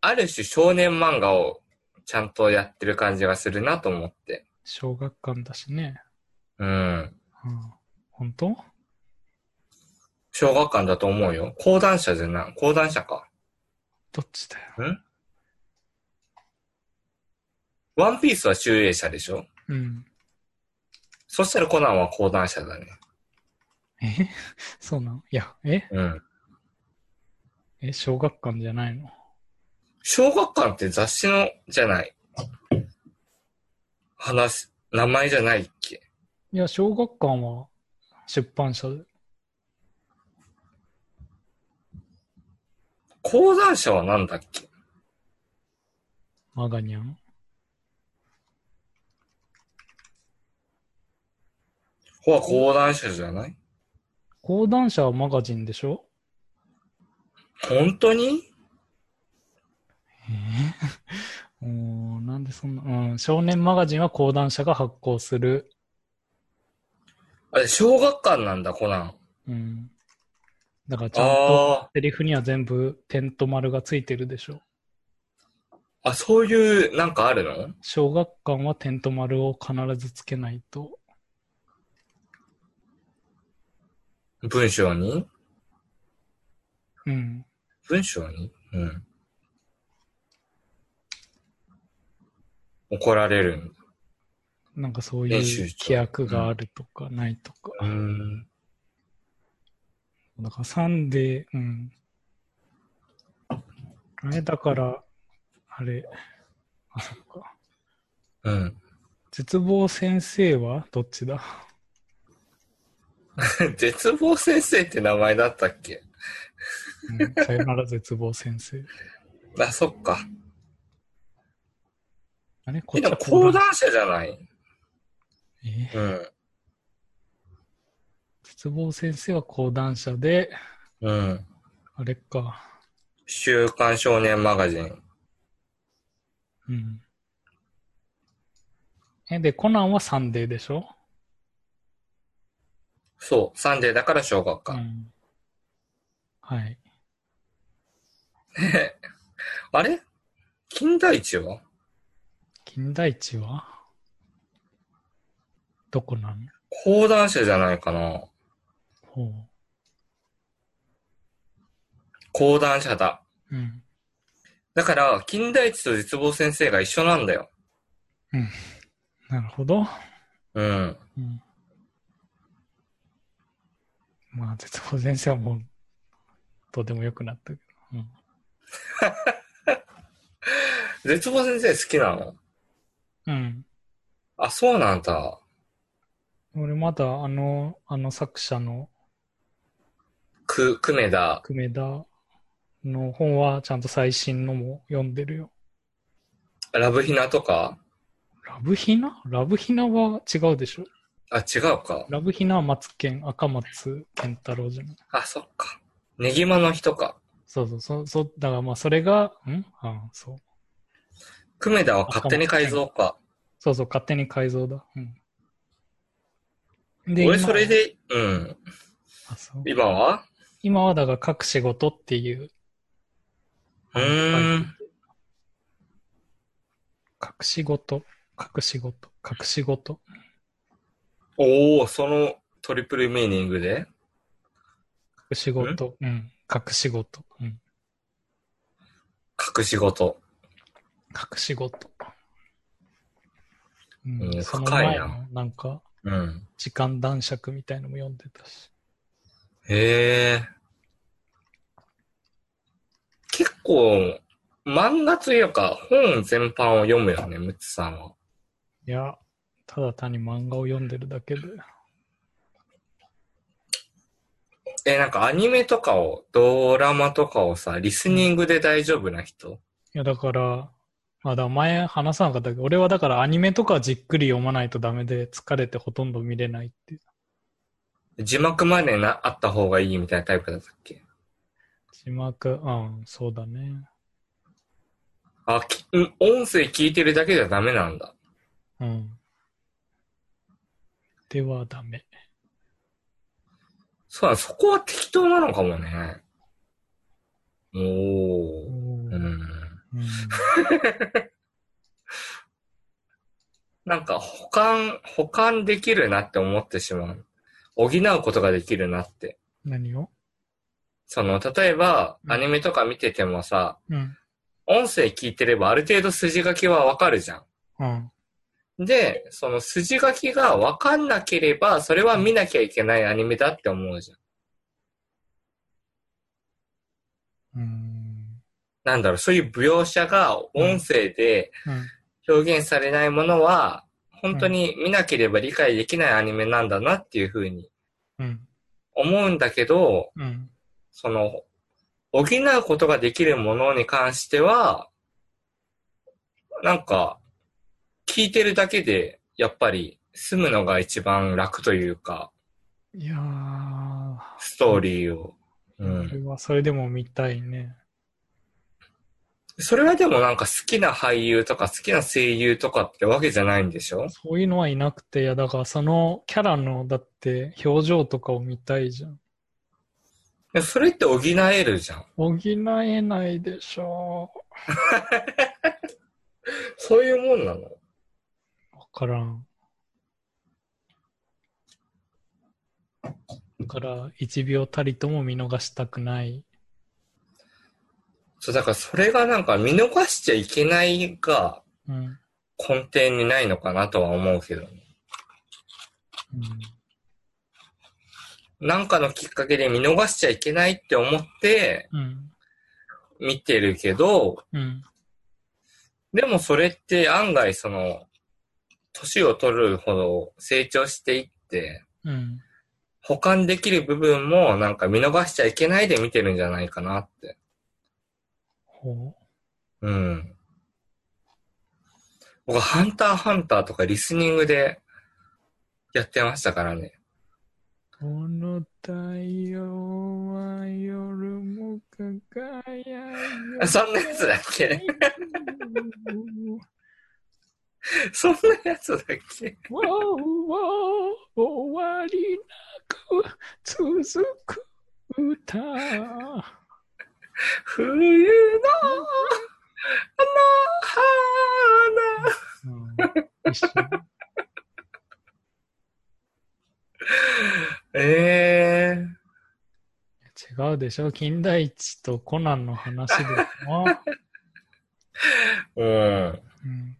[SPEAKER 2] ある種少年漫画をちゃんとやってる感じがするなと思って。
[SPEAKER 1] 小学館だしね。
[SPEAKER 2] うん。
[SPEAKER 1] うん。本当
[SPEAKER 2] 小学館だと思うよ。講談社じゃない。講談社か。
[SPEAKER 1] どっちだよ。
[SPEAKER 2] ワンピースは集英社でしょ
[SPEAKER 1] うん。
[SPEAKER 2] そしたらコナンは講談社だね。
[SPEAKER 1] え [LAUGHS] そうなのいや、え
[SPEAKER 2] うん。
[SPEAKER 1] え、小学館じゃないの
[SPEAKER 2] 小学館って雑誌の、じゃない。話、名前じゃないっけ
[SPEAKER 1] いや、小学館は出版社で。
[SPEAKER 2] 講談社はなんだっけ
[SPEAKER 1] マガニャン
[SPEAKER 2] ここは講談社じゃない
[SPEAKER 1] 講談社はマガジンでしょ
[SPEAKER 2] 本当に
[SPEAKER 1] え [LAUGHS] ーもうなんでそんな、うん、少年マガジンは講談社が発行する。
[SPEAKER 2] あれ、小学館なんだ、コナン。
[SPEAKER 1] うん。だからちゃんと
[SPEAKER 2] あ
[SPEAKER 1] セリフには全部点と丸がついてるでしょ。
[SPEAKER 2] あ。あ、そういう、なんかあるの
[SPEAKER 1] 小学館は点と丸を必ずつけないと。
[SPEAKER 2] 文章に
[SPEAKER 1] うん。
[SPEAKER 2] 文章にうん。怒られるんだ。
[SPEAKER 1] なんかそう
[SPEAKER 2] 練習
[SPEAKER 1] いう
[SPEAKER 2] 中
[SPEAKER 1] 規約があるとかないとか。
[SPEAKER 2] うん。
[SPEAKER 1] だからサンデー、うん。あれだから、あれ、あ、そっか。
[SPEAKER 2] うん。 [LAUGHS]
[SPEAKER 1] 絶望先生はどっちだ
[SPEAKER 2] 絶望先生って名前だったっけ
[SPEAKER 1] うんさよなら絶望先生。
[SPEAKER 2] あ、そっか。
[SPEAKER 1] あれこっ
[SPEAKER 2] え
[SPEAKER 1] ち
[SPEAKER 2] で
[SPEAKER 1] は
[SPEAKER 2] も講談社じゃない
[SPEAKER 1] え
[SPEAKER 2] うん。
[SPEAKER 1] 絶望先生は講談社で、
[SPEAKER 2] うん。
[SPEAKER 1] あれか。
[SPEAKER 2] 週刊少年マガジン。
[SPEAKER 1] うん。え、で、コナンはサンデーでしょ
[SPEAKER 2] そう。サンデーだから小学
[SPEAKER 1] う
[SPEAKER 2] 館。
[SPEAKER 1] ん。はい。
[SPEAKER 2] [LAUGHS] あれ金田一は
[SPEAKER 1] 金田一はどこなの
[SPEAKER 2] 講談社じゃないかな
[SPEAKER 1] ほ
[SPEAKER 2] 講談社だ。
[SPEAKER 1] う。うん。
[SPEAKER 2] だから、金田一と絶望先生が一緒なんだよ。
[SPEAKER 1] なるほど。
[SPEAKER 2] うん。
[SPEAKER 1] うん。まあ、絶望先生はもう、どうでもよくなったけど。うん。
[SPEAKER 2] 絶望先生好きなの
[SPEAKER 1] うん。
[SPEAKER 2] あ、そうなんだ。
[SPEAKER 1] 俺まだあの、あの作者の
[SPEAKER 2] く、久米田。
[SPEAKER 1] 久米田の本はちゃんと最新のも読んでるよ。
[SPEAKER 2] ラブヒナとか
[SPEAKER 1] ラブヒナラブヒナは違うでしょ。
[SPEAKER 2] あ、違うか。
[SPEAKER 1] ラブヒナは松健、赤松健太郎じゃない。
[SPEAKER 2] あ、そっか。ネギマの日とか。
[SPEAKER 1] そうそう、そう、そう、だからまあそれが、んあそう。
[SPEAKER 2] 久米田は勝手に改造か。
[SPEAKER 1] そうそう、勝手に改造だ。うん。で
[SPEAKER 2] 俺それ。
[SPEAKER 1] 今
[SPEAKER 2] で、うん。
[SPEAKER 1] あそう
[SPEAKER 2] 今は
[SPEAKER 1] 今はだから各仕事っていう、
[SPEAKER 2] うーん。
[SPEAKER 1] 各仕事、各仕事、各仕事。
[SPEAKER 2] おおそのトリプルミーニングで
[SPEAKER 1] 隠し事、うん、隠し事、うん、
[SPEAKER 2] 隠し事。
[SPEAKER 1] 隠し事。う
[SPEAKER 2] うん
[SPEAKER 1] その
[SPEAKER 2] 深い
[SPEAKER 1] 前
[SPEAKER 2] な
[SPEAKER 1] のなんか、
[SPEAKER 2] うん。
[SPEAKER 1] 時間男爵みたいのも読んでたし。
[SPEAKER 2] へえ。結構、漫画というか、本全般を読むよね、ムツさんは。
[SPEAKER 1] いや、ただ単に漫画を読んでるだけで。
[SPEAKER 2] え、なんかアニメとかを、ドラマとかをさ、リスニングで大丈夫な人
[SPEAKER 1] いや、だから、まあだから前話さなかったけど、俺はだからアニメとかじっくり読まないとダメで、疲れてほとんど見れないっていう。
[SPEAKER 2] 字幕までな、あった方がいいみたいなタイプだったっけ
[SPEAKER 1] 字幕、うん、そうだね。
[SPEAKER 2] あ、きうん音声聞いてるだけじゃダメなんだ。
[SPEAKER 1] うん。ではダメ。
[SPEAKER 2] そうだ、そこは適当なのかもね。おー。うん。
[SPEAKER 1] うん
[SPEAKER 2] なんか、保管、保管できるなって思ってしまう。補うことができるなって。
[SPEAKER 1] 何を
[SPEAKER 2] その、例えば、
[SPEAKER 1] うん
[SPEAKER 2] アニメとか見ててもさ、
[SPEAKER 1] うん。
[SPEAKER 2] 音声聞いてればある程度筋書きはわかるじゃん。
[SPEAKER 1] うん。
[SPEAKER 2] で、その筋書きがわかんなければ、それは見なきゃいけないアニメだって思うじゃ
[SPEAKER 1] うー
[SPEAKER 2] ん。
[SPEAKER 1] ん。
[SPEAKER 2] なんだろう、そういう描写が音声で
[SPEAKER 1] うん
[SPEAKER 2] 表現されないものは、本当に見なければ理解できないアニメなんだなっていうふうに
[SPEAKER 1] うん。
[SPEAKER 2] 思うんだけど、
[SPEAKER 1] うん。
[SPEAKER 2] その、補うことができるものに関しては、なんか、聞いてるだけで、やっぱり、済むのが一番楽というか、
[SPEAKER 1] いやー、
[SPEAKER 2] ストーリーを。う
[SPEAKER 1] それ
[SPEAKER 2] ん。
[SPEAKER 1] はそれでも見たいね。
[SPEAKER 2] それはでもなんか好きな俳優とか好きな声優とかってわけじゃないんでしょ
[SPEAKER 1] そういうのはいなくて、いや、だからそのキャラの、だって表情とかを見たいじゃん。
[SPEAKER 2] でそれって補えるじゃん。
[SPEAKER 1] 補えないでしょ
[SPEAKER 2] そういうもんなの
[SPEAKER 1] う。わからん。だから、1秒たりとも見逃したくない。
[SPEAKER 2] そう、だからそれがなんか見逃しちゃいけないが
[SPEAKER 1] うん。うん
[SPEAKER 2] 根底にないのかなとは思うけどね。なんかのきっかけで見逃しちゃいけないって思って
[SPEAKER 1] うん。
[SPEAKER 2] 見てるけど、
[SPEAKER 1] うん。
[SPEAKER 2] でもそれって案外その、年を取るほど成長していって、
[SPEAKER 1] うん。
[SPEAKER 2] 保管できる部分もなんか見逃しちゃいけないで見てるんじゃないかなって。
[SPEAKER 1] ほ
[SPEAKER 2] うん。僕、ハンターハンターとかリスニングでやってましたからね。
[SPEAKER 1] う。この太陽は夜も輝い
[SPEAKER 2] あそんなやつだっけそんなやつだっけ
[SPEAKER 1] 終わりなく続く歌。
[SPEAKER 2] 冬のあの花。
[SPEAKER 1] 一緒
[SPEAKER 2] ええ
[SPEAKER 1] 違うでしょ金田一とコナンの話でも、
[SPEAKER 2] うん。
[SPEAKER 1] うん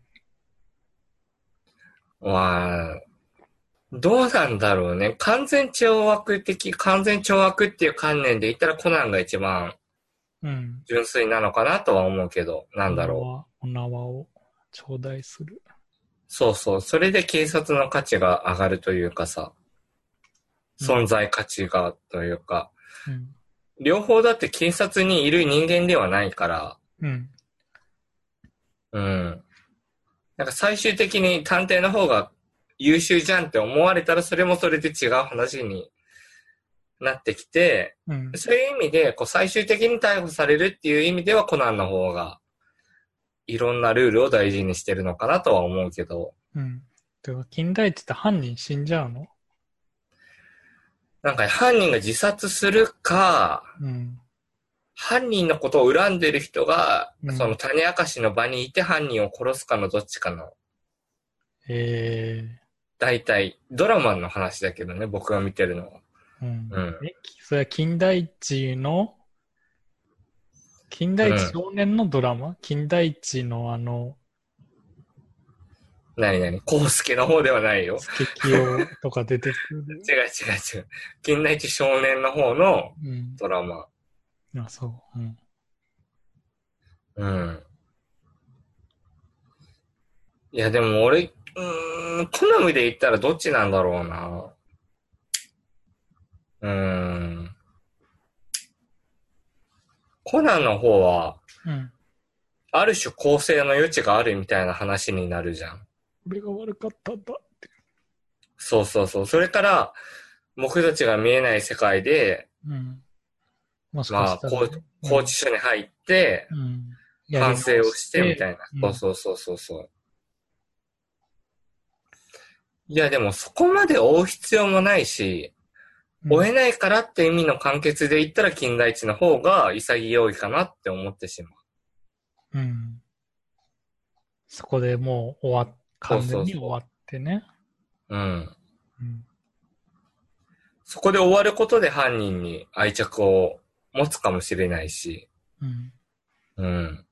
[SPEAKER 2] わあ、どうなんだろうね。完全懲悪的、完全懲悪っていう観念で言ったらコナンが一番
[SPEAKER 1] うん。
[SPEAKER 2] 純粋なのかなとは思うけど、なんだろ
[SPEAKER 1] お
[SPEAKER 2] う。
[SPEAKER 1] 縄を頂戴する。
[SPEAKER 2] そうそう。それで警察の価値が上がるというかさ、存在価値がというか、
[SPEAKER 1] うん。
[SPEAKER 2] 両方だって警察にいる人間ではないから、
[SPEAKER 1] うん。
[SPEAKER 2] うん。なんか最終的に探偵の方が優秀じゃんって思われたらそれもそれで違う話になってきて、
[SPEAKER 1] うん。
[SPEAKER 2] そういう意味で、こう最終的に逮捕されるっていう意味ではコナンの方が、いろんなルールを大事にしてるのかなとは思うけど、
[SPEAKER 1] うん。てか、金田一って犯人死んじゃうの
[SPEAKER 2] なんか犯人が自殺するか、
[SPEAKER 1] うん。
[SPEAKER 2] 犯人のことを恨んでる人が、
[SPEAKER 1] うん
[SPEAKER 2] その種明かしの場にいて犯人を殺すかのどっちかの、
[SPEAKER 1] え
[SPEAKER 2] 大体、ドラマの話だけどね、僕が見てるのは。
[SPEAKER 1] えうん。
[SPEAKER 2] うん
[SPEAKER 1] え、それは金田一の、金田一少年のドラマ、金田一のあの、
[SPEAKER 2] 何々、コウスケの方ではないよ。
[SPEAKER 1] スケキヨとか出てくる。
[SPEAKER 2] 違う違う違う。金田一少年の方の
[SPEAKER 1] うん。
[SPEAKER 2] ドラマ。
[SPEAKER 1] あ、そう。うん。
[SPEAKER 2] うん。いや、でも俺、うーん、好みで言ったらどっちなんだろうな。うーん。コナンの方は、
[SPEAKER 1] うん。
[SPEAKER 2] ある種構成の余地があるみたいな話になるじゃん。
[SPEAKER 1] 俺が悪かったんだって。
[SPEAKER 2] そうそうそう。それから、僕たちが見えない世界で、
[SPEAKER 1] うん。もしか
[SPEAKER 2] まあ、
[SPEAKER 1] したら、
[SPEAKER 2] こう拘置所に入って、
[SPEAKER 1] うん。うん。やり直
[SPEAKER 2] 反省をしてみたい
[SPEAKER 1] うん
[SPEAKER 2] な。そうそうそうそうそう。いや、でもそこまで追う必要もないし、追えないからって意味の完結で言ったら金田一の方が潔いかなって思ってしまう。
[SPEAKER 1] うん。うん。そこでもう終わっ、完全に終わってね。
[SPEAKER 2] うん。
[SPEAKER 1] うん。
[SPEAKER 2] そこで終わることで犯人に愛着を持つかもしれないし、
[SPEAKER 1] うん。
[SPEAKER 2] うん。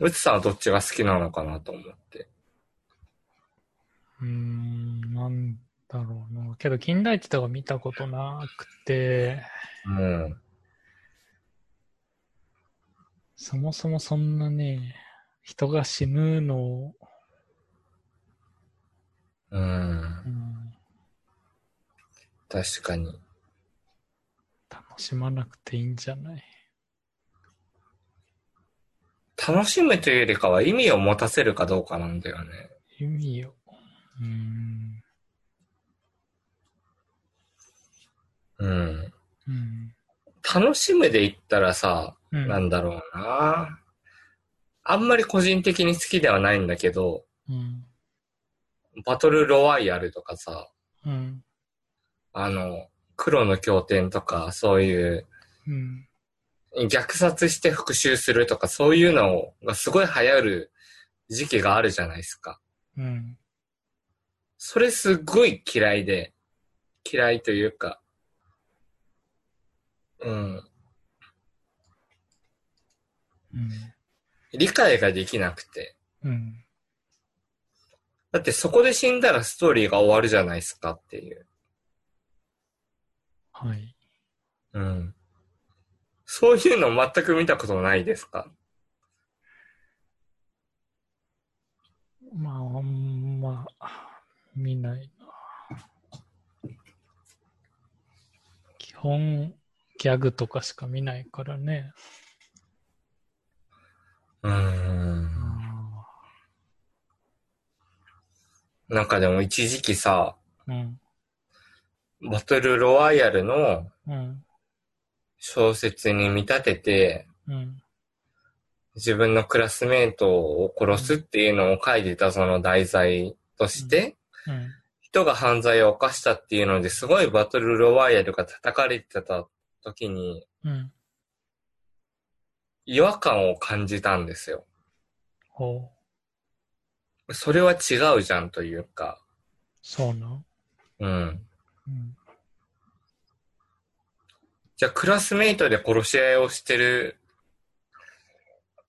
[SPEAKER 2] うつさんはどっちが好きなのかなと思って。
[SPEAKER 1] うーん、なんだろうな。けど、金田一とか見たことなくて、
[SPEAKER 2] うん。
[SPEAKER 1] そもそもそんなね、人が死ぬのを、
[SPEAKER 2] うん
[SPEAKER 1] う。ん、
[SPEAKER 2] 確かに。
[SPEAKER 1] 楽しまなくていいんじゃない
[SPEAKER 2] 楽しむというよりかは意味を持たせるかどうかなんだよね。
[SPEAKER 1] 意味を。うーん、
[SPEAKER 2] うん。
[SPEAKER 1] うん、
[SPEAKER 2] 楽しむで言ったらさ、
[SPEAKER 1] うん。
[SPEAKER 2] なんだろうな。あんまり個人的に好きではないんだけど、
[SPEAKER 1] うん、
[SPEAKER 2] バトルロワイヤルとかさ、
[SPEAKER 1] うん、
[SPEAKER 2] あの、黒の経典とか、そういう、
[SPEAKER 1] うん、
[SPEAKER 2] 虐殺して復讐するとか、そういうのがすごい流行る時期があるじゃないですか。
[SPEAKER 1] うん、
[SPEAKER 2] それすっごい嫌いで、嫌いというか、うん、
[SPEAKER 1] うん、
[SPEAKER 2] 理解ができなくて。
[SPEAKER 1] うん、
[SPEAKER 2] だってそこで死んだらストーリーが終わるじゃないですかっていう。
[SPEAKER 1] はい。
[SPEAKER 2] うん。そういうの全く見たことないですか
[SPEAKER 1] まあ、あんま、見ないな。基本、ギャグとかしか見ないからね。
[SPEAKER 2] うーん。
[SPEAKER 1] あ
[SPEAKER 2] なんかでも一時期さ、
[SPEAKER 1] ーうん、
[SPEAKER 2] バトルロワイヤルの
[SPEAKER 1] うん、
[SPEAKER 2] 小説に見立てて、
[SPEAKER 1] うん、
[SPEAKER 2] 自分のクラスメートを殺すっていうのを書いてたその題材として、
[SPEAKER 1] うん、
[SPEAKER 2] 人が犯罪を犯したっていうのですごいバトルロワイヤルが叩かれてた時に
[SPEAKER 1] うん。
[SPEAKER 2] 違和感を感じたんですよ。
[SPEAKER 1] ほう、
[SPEAKER 2] それは違うじゃんというか、
[SPEAKER 1] そうなん。
[SPEAKER 2] うん。
[SPEAKER 1] うん、
[SPEAKER 2] じゃあクラスメイトで殺し合いをしてる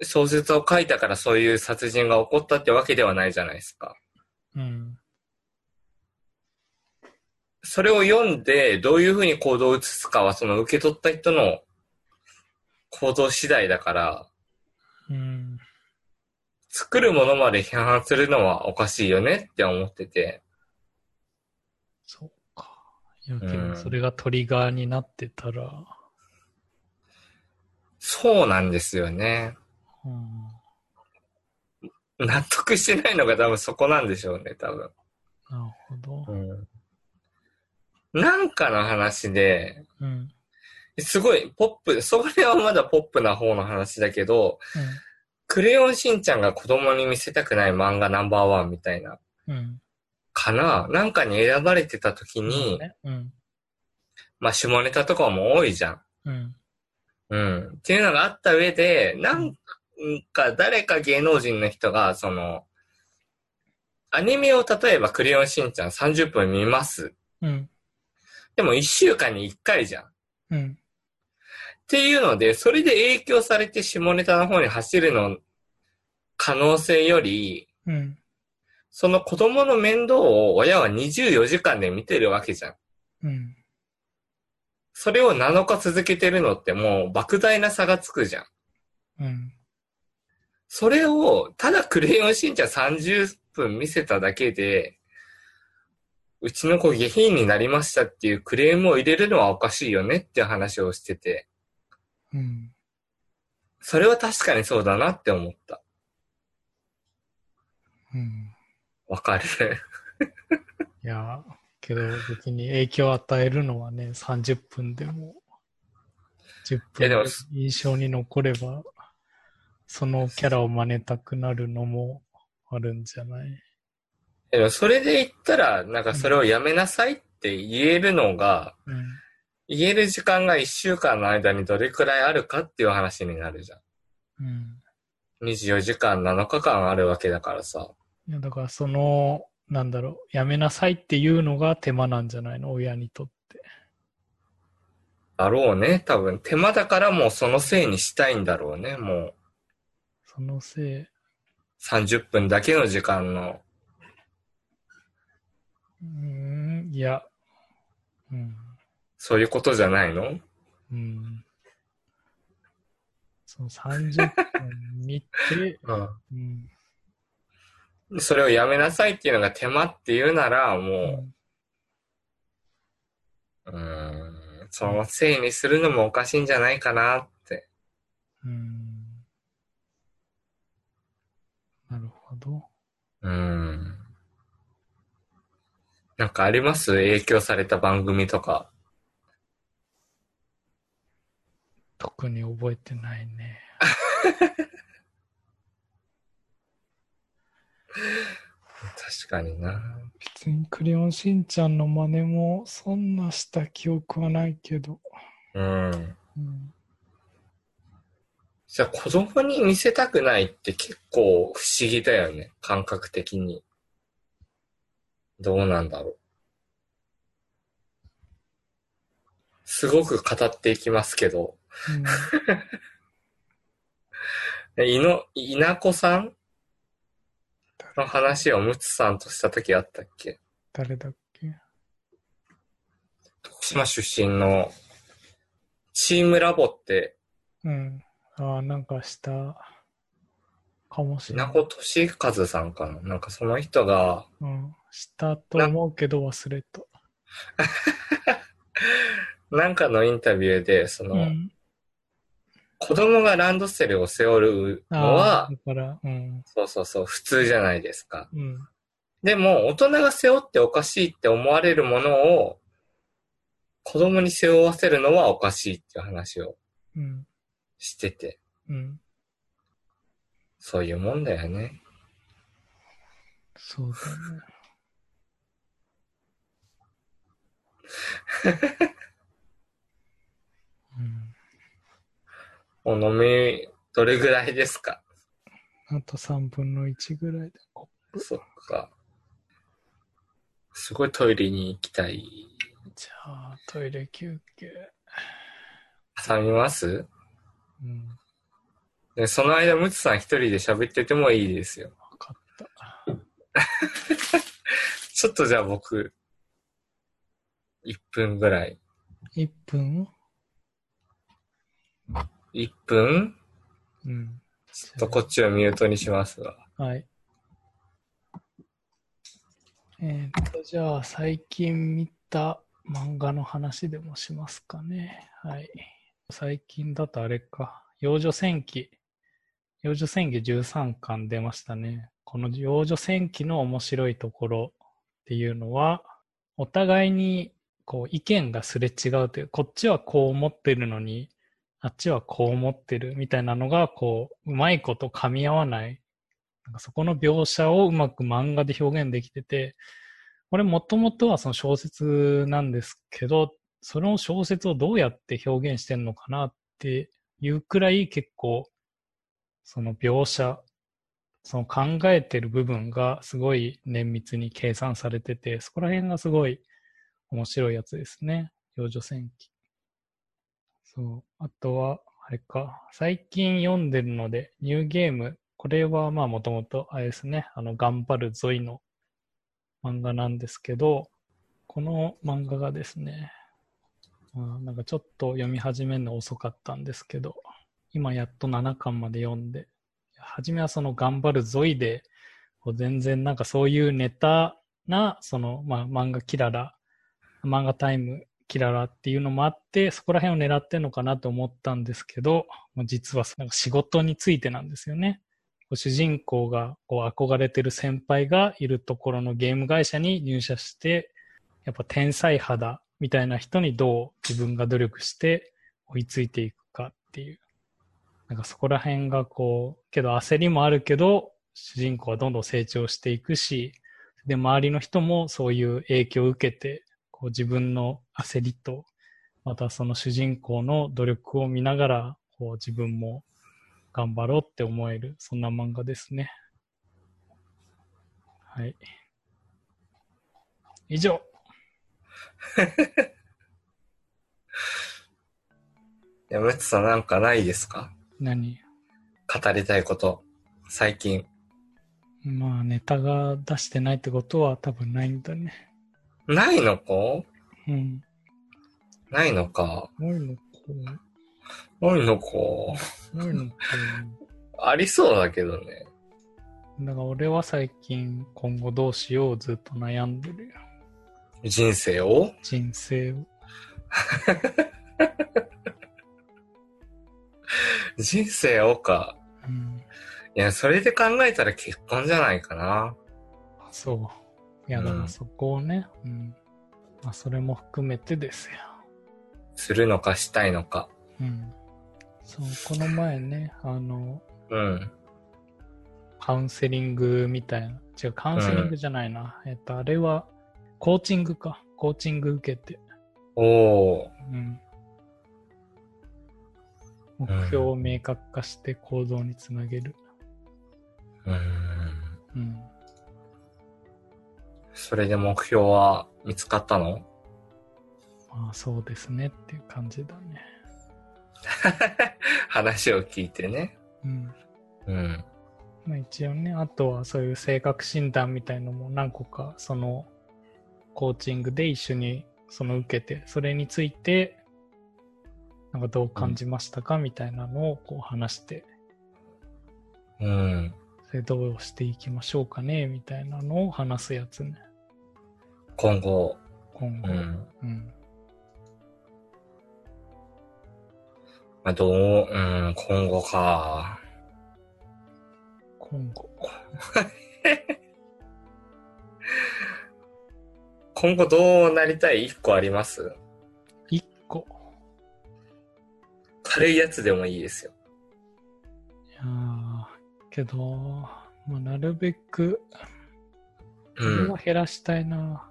[SPEAKER 2] 小説を書いたからそういう殺人が起こったってわけではないじゃないですか。
[SPEAKER 1] うん、
[SPEAKER 2] それを読んでどういうふうに行動を移すかはその受け取った人の行動次第だから、
[SPEAKER 1] うん、
[SPEAKER 2] 作るものまで批判するのはおかしいよねって思ってて。
[SPEAKER 1] そうか。いや、け
[SPEAKER 2] う
[SPEAKER 1] ど、
[SPEAKER 2] ん
[SPEAKER 1] それがトリガーになってたら、
[SPEAKER 2] そうなんですよね。
[SPEAKER 1] うん、
[SPEAKER 2] 納得してないのが多分そこなんでしょうね、多分。
[SPEAKER 1] なるほど。
[SPEAKER 2] なんかの話で、
[SPEAKER 1] うん、うん、
[SPEAKER 2] すごいポップ、それはまだポップな方の話だけど、クレヨンしんちゃんが子供に見せたくない漫画ナンバーワンみたいな、
[SPEAKER 1] うん。
[SPEAKER 2] かななんかに選ばれてた時に、
[SPEAKER 1] うん、
[SPEAKER 2] まあ下ネタとかも多いじゃん。
[SPEAKER 1] うん、
[SPEAKER 2] うん。っていうのがあった上で、なんか誰か芸能人の人が、その、アニメを例えばクレヨンしんちゃん30分見ます。
[SPEAKER 1] うん、
[SPEAKER 2] でも1週間に1回じゃん。っ
[SPEAKER 1] うん、
[SPEAKER 2] ていうので、それで影響されて下ネタの方に走るの可能性より、
[SPEAKER 1] うん、
[SPEAKER 2] その子供の面倒を親は24時間で見てるわけじゃん。
[SPEAKER 1] うん。
[SPEAKER 2] それを7日続けてるのってもう莫大な差がつくじゃん。
[SPEAKER 1] うん。
[SPEAKER 2] それを、ただクレヨンしんちゃん30分見せただけで、うちの子下品になりましたっていうクレームを入れるのはおかしいよねっていう話をしてて、
[SPEAKER 1] うん。
[SPEAKER 2] それは確かにそうだなって思った。
[SPEAKER 1] うん。
[SPEAKER 2] わかる。 [LAUGHS]
[SPEAKER 1] いや、けど別に影響を与えるのはね、30分でも、10
[SPEAKER 2] いや
[SPEAKER 1] 分
[SPEAKER 2] でも
[SPEAKER 1] で印象に残れば、そのキャラを真似たくなるのもあるんじゃない
[SPEAKER 2] でもそれで言ったら、なんかそれをやめなさいって言えるのが、
[SPEAKER 1] うん。
[SPEAKER 2] 言える時間が1週間の間にどれくらいあるかっていう話になるじゃ
[SPEAKER 1] うん。
[SPEAKER 2] ん。24時間7日間あるわけだからさ。
[SPEAKER 1] いや、だからその、なんだろう、やめなさいっていうのが手間なんじゃないの親にとって。
[SPEAKER 2] だろうね。多分、手間だからもうそのせいにしたいんだろうね。もう
[SPEAKER 1] そのせい、
[SPEAKER 2] 30分だけの時間の
[SPEAKER 1] うーん、いや、うん、
[SPEAKER 2] そういうことじゃないの
[SPEAKER 1] うん。その30分見て、 [LAUGHS]
[SPEAKER 2] う
[SPEAKER 1] うん、
[SPEAKER 2] ん。それをやめなさいっていうのが手間っていうなら、もう、うーん、そのせいにするのもおかしいんじゃないかなって。
[SPEAKER 1] うん。なるほど。
[SPEAKER 2] うん。なんかあります影響された番組とか。
[SPEAKER 1] 特に覚えてないね。
[SPEAKER 2] 確かにな。
[SPEAKER 1] 別にクレヨンしんちゃんの真似もそんなした記憶はないけど。
[SPEAKER 2] うん。
[SPEAKER 1] うん、
[SPEAKER 2] じゃあ子供に見せたくないって結構不思議だよね。感覚的に。どうなんだろう。すごく語っていきますけど、いの、稲子さんの話をむつさんとした時あったっけ
[SPEAKER 1] 誰だっけ
[SPEAKER 2] 徳島出身のチームラボって
[SPEAKER 1] うん。ああ、なんかしたかもしれ
[SPEAKER 2] 稲
[SPEAKER 1] ない。
[SPEAKER 2] 子俊和さんかななんかその人が、
[SPEAKER 1] うん、したと思うけど忘れた。
[SPEAKER 2] なんかのインタビューで、そうの、
[SPEAKER 1] ん、
[SPEAKER 2] 子供がランドセルを背負うの
[SPEAKER 1] あ
[SPEAKER 2] は
[SPEAKER 1] あ、、だから、うん。
[SPEAKER 2] そうそうそう、普通じゃないですか。
[SPEAKER 1] うん。
[SPEAKER 2] でも、大人が背負っておかしいって思われるものを、子供に背負わせるのはおかしいっていう話を
[SPEAKER 1] うん。
[SPEAKER 2] してて、
[SPEAKER 1] うん。
[SPEAKER 2] そういうもんだよね。
[SPEAKER 1] そうだね。
[SPEAKER 2] お飲み、どれぐらいですか
[SPEAKER 1] うん。あと3分の1ぐらいで。こ
[SPEAKER 2] そっか。すごいトイレに行きたい。
[SPEAKER 1] じゃあ、トイレ休憩。
[SPEAKER 2] 挟みます
[SPEAKER 1] うん。
[SPEAKER 2] でその間、ムツさん一人で喋っててもいいですよ。
[SPEAKER 1] わかった。
[SPEAKER 2] [LAUGHS] ちょっとじゃあ僕、1分ぐらい。
[SPEAKER 1] 1分
[SPEAKER 2] 1分
[SPEAKER 1] うん。
[SPEAKER 2] ちょっとこっちをミュートにしますわ。
[SPEAKER 1] はい。えーっと、じゃあ、最近見た漫画の話でもしますかね。はい。最近だとあれか。幼女戦記。幼女戦記13巻出ましたね。この幼女戦記の面白いところっていうのは、お互いにこう意見がすれ違うという、こっちはこう思ってるのに、あっちはこう思ってるみたいなのが、こう、うまいこと噛み合わないなんかそこの描写をうまく漫画で表現できてて、これもともとはその小説なんですけど、その小説をどうやって表現してんのかなっていうくらい結構、その描写、その考えてる部分がすごい綿密に計算されてて、そこら辺がすごい面白いやつですね。幼女戦記。そう。あとは、あれか。最近読んでるので、ニューゲーム。これはまあもともと、あれですね。あの、頑張るぞいの漫画なんですけど、この漫画がですね、まあ、なんかちょっと読み始めるの遅かったんですけど、今やっと7巻まで読んで、初めはその頑張るぞいで、こう全然なんかそういうネタな、その、まあ漫画キララ、漫画タイムキララっていうのもあって、そこら辺を狙ってんのかなと思ったんですけど、もう実はなんか仕事についてなんですよね。こう主人公がこう憧れてる先輩がいるところのゲーム会社に入社して、やっぱ天才肌みたいな人にどう自分が努力して追いついていくかっていう。なんかそこら辺がこう、けど焦りもあるけど、主人公はどんどん成長していくし、で、周りの人もそういう影響を受けて、こう自分の焦りと、またその主人公の努力を見ながら、こう自分も頑張ろうって思える、そんな漫画ですね。はい。以上。
[SPEAKER 2] いや、ムツさんなんかないですか
[SPEAKER 1] 何
[SPEAKER 2] 語りたいこと。最近。
[SPEAKER 1] まあ、ネタが出してないってことは多分ないんだね。
[SPEAKER 2] ないのか
[SPEAKER 1] うん。
[SPEAKER 2] ないのか。
[SPEAKER 1] ないのか
[SPEAKER 2] ないのか。
[SPEAKER 1] な。ないのか
[SPEAKER 2] ありそうだけどね。
[SPEAKER 1] な。だから俺は最近今後どうしようをずっと悩んでるよ。
[SPEAKER 2] 人生を
[SPEAKER 1] 人生を。
[SPEAKER 2] 人生をか。
[SPEAKER 1] うん。
[SPEAKER 2] いや、それで考えたら結婚じゃないかな。
[SPEAKER 1] そう。いや、
[SPEAKER 2] うん
[SPEAKER 1] だからそこをね、うん。まあ、それも含めてですよ。
[SPEAKER 2] するのかしたいのか。
[SPEAKER 1] うん。そう、この前ね、あの、
[SPEAKER 2] うん。
[SPEAKER 1] カウンセリングみたいな。違う、カウンセリングじゃないな。えっと、あれは、コーチングか。コーチング受けて。
[SPEAKER 2] おー。
[SPEAKER 1] うん。目標を明確化して行動につなげる。
[SPEAKER 2] うーん。
[SPEAKER 1] うん。
[SPEAKER 2] それで目標は見つかったの [LAUGHS]
[SPEAKER 1] まあ、そうですねっていう感じだね。
[SPEAKER 2] 話を聞いてね。
[SPEAKER 1] うん。
[SPEAKER 2] うん。
[SPEAKER 1] まあ、一応ね、あとはそういう性格診断みたいのも何個か、そのコーチングで一緒にその受けて、それについて、なんかどう感じましたかみたいなのをこう話して、
[SPEAKER 2] うん。
[SPEAKER 1] それどうしていきましょうかねみたいなのを話すやつね、
[SPEAKER 2] 今後。
[SPEAKER 1] 今
[SPEAKER 2] う
[SPEAKER 1] 後。うん。
[SPEAKER 2] ん。まあ、どう、うん、今後か。
[SPEAKER 1] 今後。
[SPEAKER 2] 今後どうなりたい一個あります
[SPEAKER 1] 一個。
[SPEAKER 2] 軽いやつでもいいですよ。
[SPEAKER 1] いやーけど、まあ、なるべく、こ
[SPEAKER 2] う
[SPEAKER 1] れ
[SPEAKER 2] ん
[SPEAKER 1] は。減らしたいな。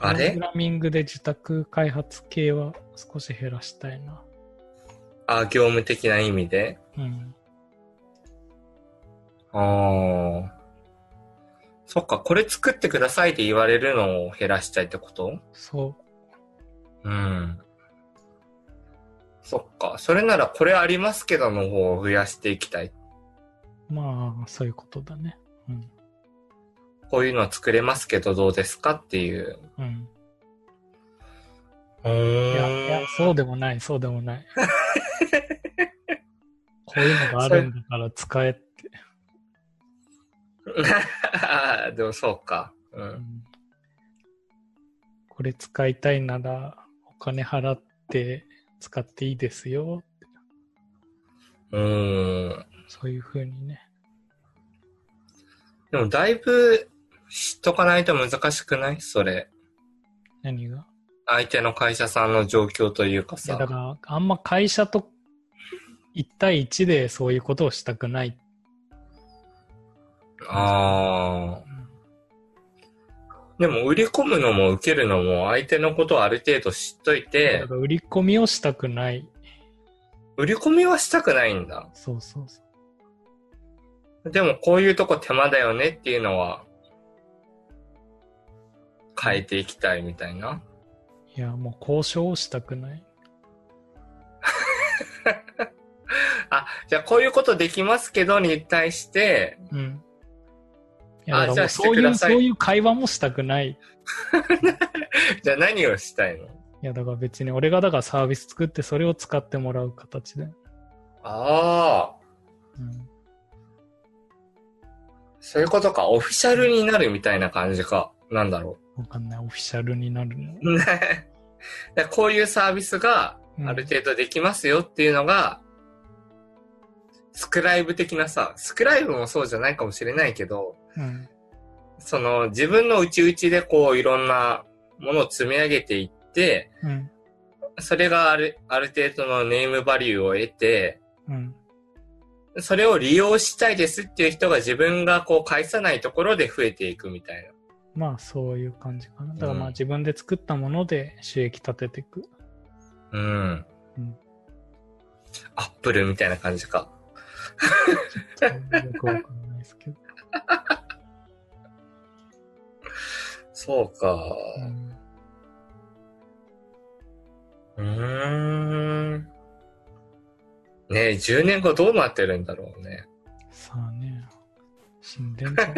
[SPEAKER 2] あ
[SPEAKER 1] プ
[SPEAKER 2] れ
[SPEAKER 1] ログラミングで自宅開発系は少し減らしたいな。
[SPEAKER 2] あ、業務的な意味で
[SPEAKER 1] うん。
[SPEAKER 2] あー。そっか、これ作ってくださいって言われるのを減らしたいってこと
[SPEAKER 1] そ
[SPEAKER 2] うん。そっか。それならこれありますけどの方を増やしていきたい。
[SPEAKER 1] う。まあ、そういうことだね。うん。
[SPEAKER 2] こういうの作れますけどどうですかっていう。
[SPEAKER 1] うん。
[SPEAKER 2] う
[SPEAKER 1] いや、いや、そうでもない、そうでも
[SPEAKER 2] [LAUGHS]
[SPEAKER 1] ない。こういうのがあるんだから使えって。
[SPEAKER 2] ん。 [LAUGHS] でもそうか。う。
[SPEAKER 1] うんん、これ使いたいなら、お金払って使っていいですよ。
[SPEAKER 2] うーん。
[SPEAKER 1] そういうふうにね。
[SPEAKER 2] でもだいぶ知っとかないと難しくないそれ。
[SPEAKER 1] 何が
[SPEAKER 2] 相手の会社さんの状況というか
[SPEAKER 1] いやだ
[SPEAKER 2] さ。
[SPEAKER 1] から、あんま会社と1対1でそういうことをしたくない。
[SPEAKER 2] ああ。でも売り込むのも受けるのも相手のことをある程度知っといて
[SPEAKER 1] だか、ら売り込みをしたくない。
[SPEAKER 2] 売り込みはしたくないんだ。
[SPEAKER 1] そうそうそう。
[SPEAKER 2] でもこういうとこ手間だよねっていうのは変えていきたいみたいな。
[SPEAKER 1] いや、もう交渉をしたくない。
[SPEAKER 2] あ、じゃあこういうことできますけどに対して、
[SPEAKER 1] うん。い
[SPEAKER 2] あ
[SPEAKER 1] や、だから
[SPEAKER 2] じゃ
[SPEAKER 1] も
[SPEAKER 2] あ
[SPEAKER 1] うそう
[SPEAKER 2] してく
[SPEAKER 1] い
[SPEAKER 2] だ
[SPEAKER 1] う、
[SPEAKER 2] さ
[SPEAKER 1] そ
[SPEAKER 2] いう
[SPEAKER 1] いう会話もしたくない。
[SPEAKER 2] じゃあ何をしたいの
[SPEAKER 1] いや、だから別に俺がだからサービス作ってそれを使ってもらう形で。
[SPEAKER 2] ああ、
[SPEAKER 1] うん。
[SPEAKER 2] そういうことか。オフィシャルになるみたいな感じか。なんだろ
[SPEAKER 1] わかんない。オフィシャルになるの。
[SPEAKER 2] う。 [LAUGHS] ねでこういうサービスが
[SPEAKER 1] うん
[SPEAKER 2] ある程度できますよっていうのが、スクライブ的なさ、スクライブもそうじゃないかもしれないけど、
[SPEAKER 1] うん。
[SPEAKER 2] その自分の内々でこういろんなものを積み上げていって、
[SPEAKER 1] うん。
[SPEAKER 2] それがある、ある程度のネームバリューを得て、
[SPEAKER 1] うん。
[SPEAKER 2] それを利用したいですっていう人が自分がこう返さないところで増えていくみたい
[SPEAKER 1] まあ、そういう感じかな。だからま
[SPEAKER 2] う
[SPEAKER 1] あ
[SPEAKER 2] ん
[SPEAKER 1] 自分で作ったもので収益立てていく。
[SPEAKER 2] な。うん。
[SPEAKER 1] うん
[SPEAKER 2] アップルみたいな感じか。
[SPEAKER 1] ちょっとよくわかんないですけど。
[SPEAKER 2] そうか。
[SPEAKER 1] うん
[SPEAKER 2] うーん。ねえ、10年後どうなってるんだろうね。
[SPEAKER 1] さあ
[SPEAKER 2] [LAUGHS]
[SPEAKER 1] ね、死んでんじゃん。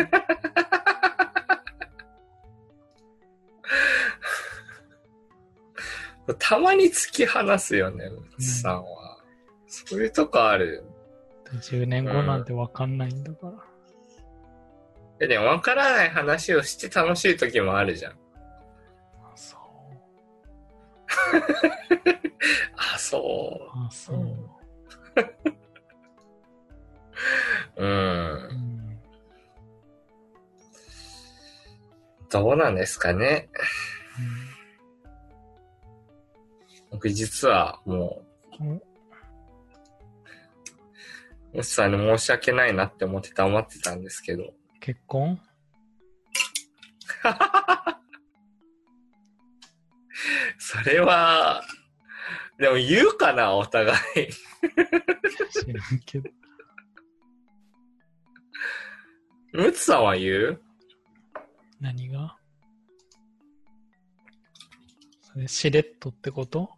[SPEAKER 2] たまに突き放すよね、うつさんは。それとかある。
[SPEAKER 1] 10年後なんてわかんないんだから。
[SPEAKER 2] えでも分からない話をして楽しい時もあるじゃん。
[SPEAKER 1] あ、そう。
[SPEAKER 2] あ、そ
[SPEAKER 1] あ、そう。う
[SPEAKER 2] う。う。
[SPEAKER 1] んん。
[SPEAKER 2] どうなんですかね。僕実はも
[SPEAKER 1] うん
[SPEAKER 2] う、うつさんに申し訳ないなって思って黙ってたんですけど。
[SPEAKER 1] 結婚
[SPEAKER 2] それは、でも言うかな、お互い。 [LAUGHS]
[SPEAKER 1] 知らんけど。
[SPEAKER 2] むつさんは言う
[SPEAKER 1] 何がそれ、しれっとってこと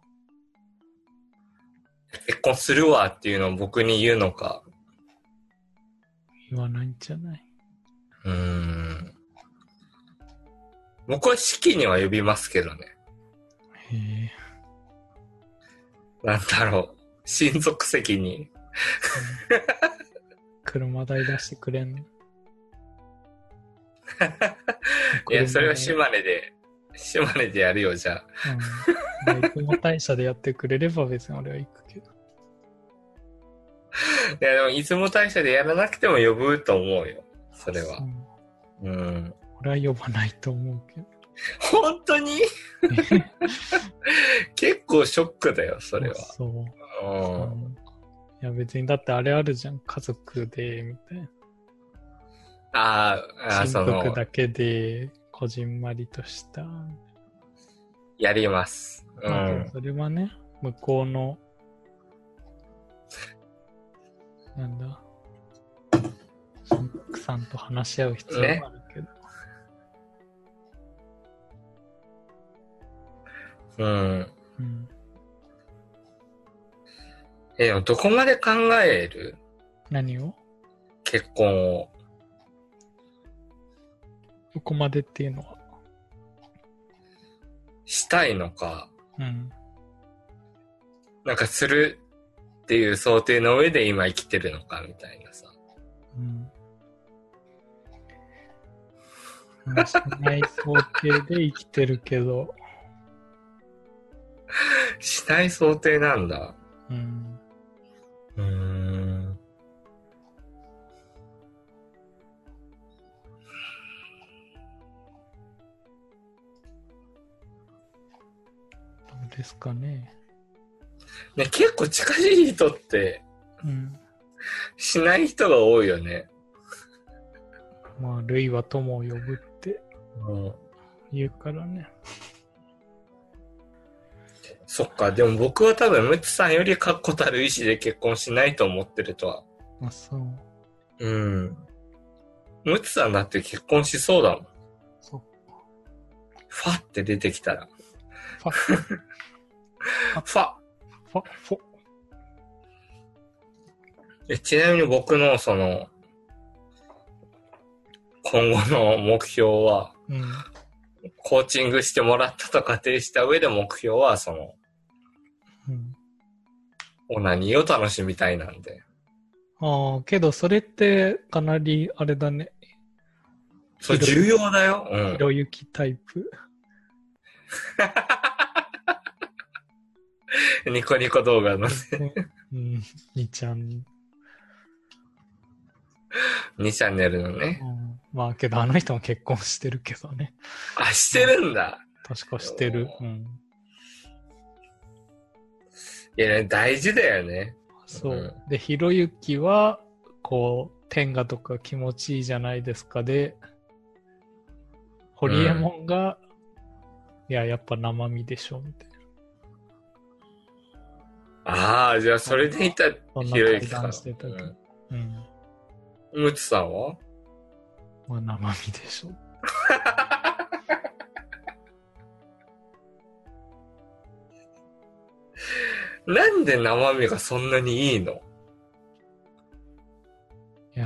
[SPEAKER 2] 結婚するわっていうのを僕に言うのか。
[SPEAKER 1] 言わないんじゃないう
[SPEAKER 2] ーん。僕は式には呼びますけどね。
[SPEAKER 1] へ
[SPEAKER 2] [LAUGHS]
[SPEAKER 1] え。
[SPEAKER 2] なんだろう。親族席に。
[SPEAKER 1] 車代出してくれんの
[SPEAKER 2] [LAUGHS] いや、それは島根で、島根でやるよ、じゃあ。
[SPEAKER 1] うん。まあ、出雲大社でやってくれれば別に俺は行くけど。
[SPEAKER 2] いや、でも、出雲大社でやらなくても呼ぶと思うよ。それ
[SPEAKER 1] う
[SPEAKER 2] は。
[SPEAKER 1] ん
[SPEAKER 2] うん。
[SPEAKER 1] 俺は呼ばないと思うけど。
[SPEAKER 2] 本当 [LAUGHS] に結構ショックだよ、それは
[SPEAKER 1] あ。そう。
[SPEAKER 2] うん
[SPEAKER 1] いや別にだってあれあるじゃん家族でみたい
[SPEAKER 2] あーあ
[SPEAKER 1] な
[SPEAKER 2] ー、そ
[SPEAKER 1] 親族
[SPEAKER 2] の、
[SPEAKER 1] だけでこじんまりとした、
[SPEAKER 2] やります。う
[SPEAKER 1] まあでも
[SPEAKER 2] ん。
[SPEAKER 1] それはね向こうのなんだ親族さんと話し合う必要もあるけど、
[SPEAKER 2] うん。
[SPEAKER 1] うん、
[SPEAKER 2] え、でもどこまで考える
[SPEAKER 1] 何を
[SPEAKER 2] 結婚を。
[SPEAKER 1] どこまでっていうのは
[SPEAKER 2] したいのか、
[SPEAKER 1] うん
[SPEAKER 2] なんかするっていう想定の上で今生きてるのか、みたいなさ。
[SPEAKER 1] うん話しない想定で生きてるけど、
[SPEAKER 2] しない想定なんだ。
[SPEAKER 1] うん、
[SPEAKER 2] うーん。
[SPEAKER 1] どうですかね。
[SPEAKER 2] ね、結構近しい人って、
[SPEAKER 1] うん
[SPEAKER 2] しない人が多いよね。
[SPEAKER 1] まあ、類は友を呼ぶって
[SPEAKER 2] うん。
[SPEAKER 1] 言うからね。
[SPEAKER 2] そっか、でも僕は多分、ムツさんより確固たる意志で結婚しないと思ってるとは。
[SPEAKER 1] まあ、そう。
[SPEAKER 2] うん。ムツさんだって結婚しそうだもん。
[SPEAKER 1] そう。
[SPEAKER 2] ファって出てきたら。
[SPEAKER 1] ファ、ファ、
[SPEAKER 2] [LAUGHS] ファ
[SPEAKER 1] ファ、ファ。
[SPEAKER 2] えちなみに僕のその、今後の目標は、
[SPEAKER 1] うん。
[SPEAKER 2] コーチングしてもらったと仮定した上で目標は、その、
[SPEAKER 1] うん、
[SPEAKER 2] オナニーを楽しみたいなんで。
[SPEAKER 1] ああ、けどそれってかなりあれだね。
[SPEAKER 2] それ重要だよ。うん
[SPEAKER 1] ひ。ろゆきタイプ。
[SPEAKER 2] ニコニコ動画の
[SPEAKER 1] うん。にちゃん。うん
[SPEAKER 2] 2チャンネルのね。
[SPEAKER 1] まあけどあの人も結婚してるけどね。
[SPEAKER 2] あ、してるんだ。
[SPEAKER 1] 確かしてる。うん。
[SPEAKER 2] いや、大事だよね。
[SPEAKER 1] そうう。で、ひろゆきは、こう、天下とか気持ちいいじゃないですかで、ホリエモンが、いや、やっぱ生身でしょ、みたいな。
[SPEAKER 2] ああ、じゃあそれでいた
[SPEAKER 1] そんな
[SPEAKER 2] ひろゆき
[SPEAKER 1] 対
[SPEAKER 2] さん
[SPEAKER 1] 談してたけど。うん。
[SPEAKER 2] うんむつさんは
[SPEAKER 1] まあ、生身でしょ。
[SPEAKER 2] なんで生身がそんなにいいの
[SPEAKER 1] いや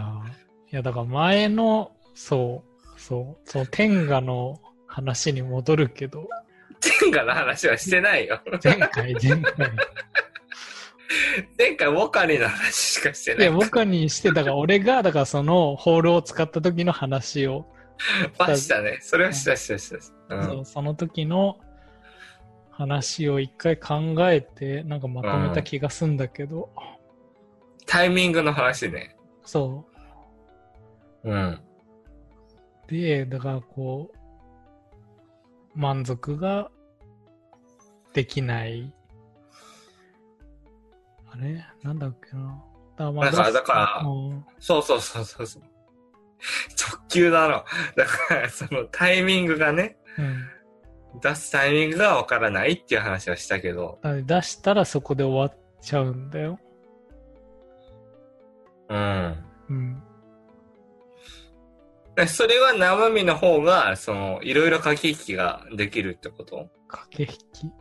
[SPEAKER 1] ー、いや、だから前の、そう、そう、その天下の話に戻るけど、
[SPEAKER 2] 天下の話はしてない [LAUGHS] よ。
[SPEAKER 1] 前回、前回。
[SPEAKER 2] 前回、ウォカリの話しかして
[SPEAKER 1] い
[SPEAKER 2] な
[SPEAKER 1] や、
[SPEAKER 2] い。
[SPEAKER 1] 僕にして、だから俺が、だからそのホールを使った時の話を、
[SPEAKER 2] あ、したね。それはしたしたしたした。う
[SPEAKER 1] そ
[SPEAKER 2] ん
[SPEAKER 1] うその時の話を一回考えて、なんかまとめた気がすんだけど、
[SPEAKER 2] タイミングの話ね。
[SPEAKER 1] そ
[SPEAKER 2] うん。
[SPEAKER 1] う。で、だからこう、満足ができない。あれなんだっけな。だ
[SPEAKER 2] なんかだから
[SPEAKER 1] うん
[SPEAKER 2] そうそうそうそうそう。直球だろ。だから、そのタイミングがね、
[SPEAKER 1] うん
[SPEAKER 2] 出すタイミングがわからないっていう話はしたけど、
[SPEAKER 1] だから出したらそこで終わっちゃうんだよ。
[SPEAKER 2] うん。
[SPEAKER 1] うん。
[SPEAKER 2] えそれは生身の方が、その、いろいろ駆け引きができるってこと
[SPEAKER 1] 駆け引き。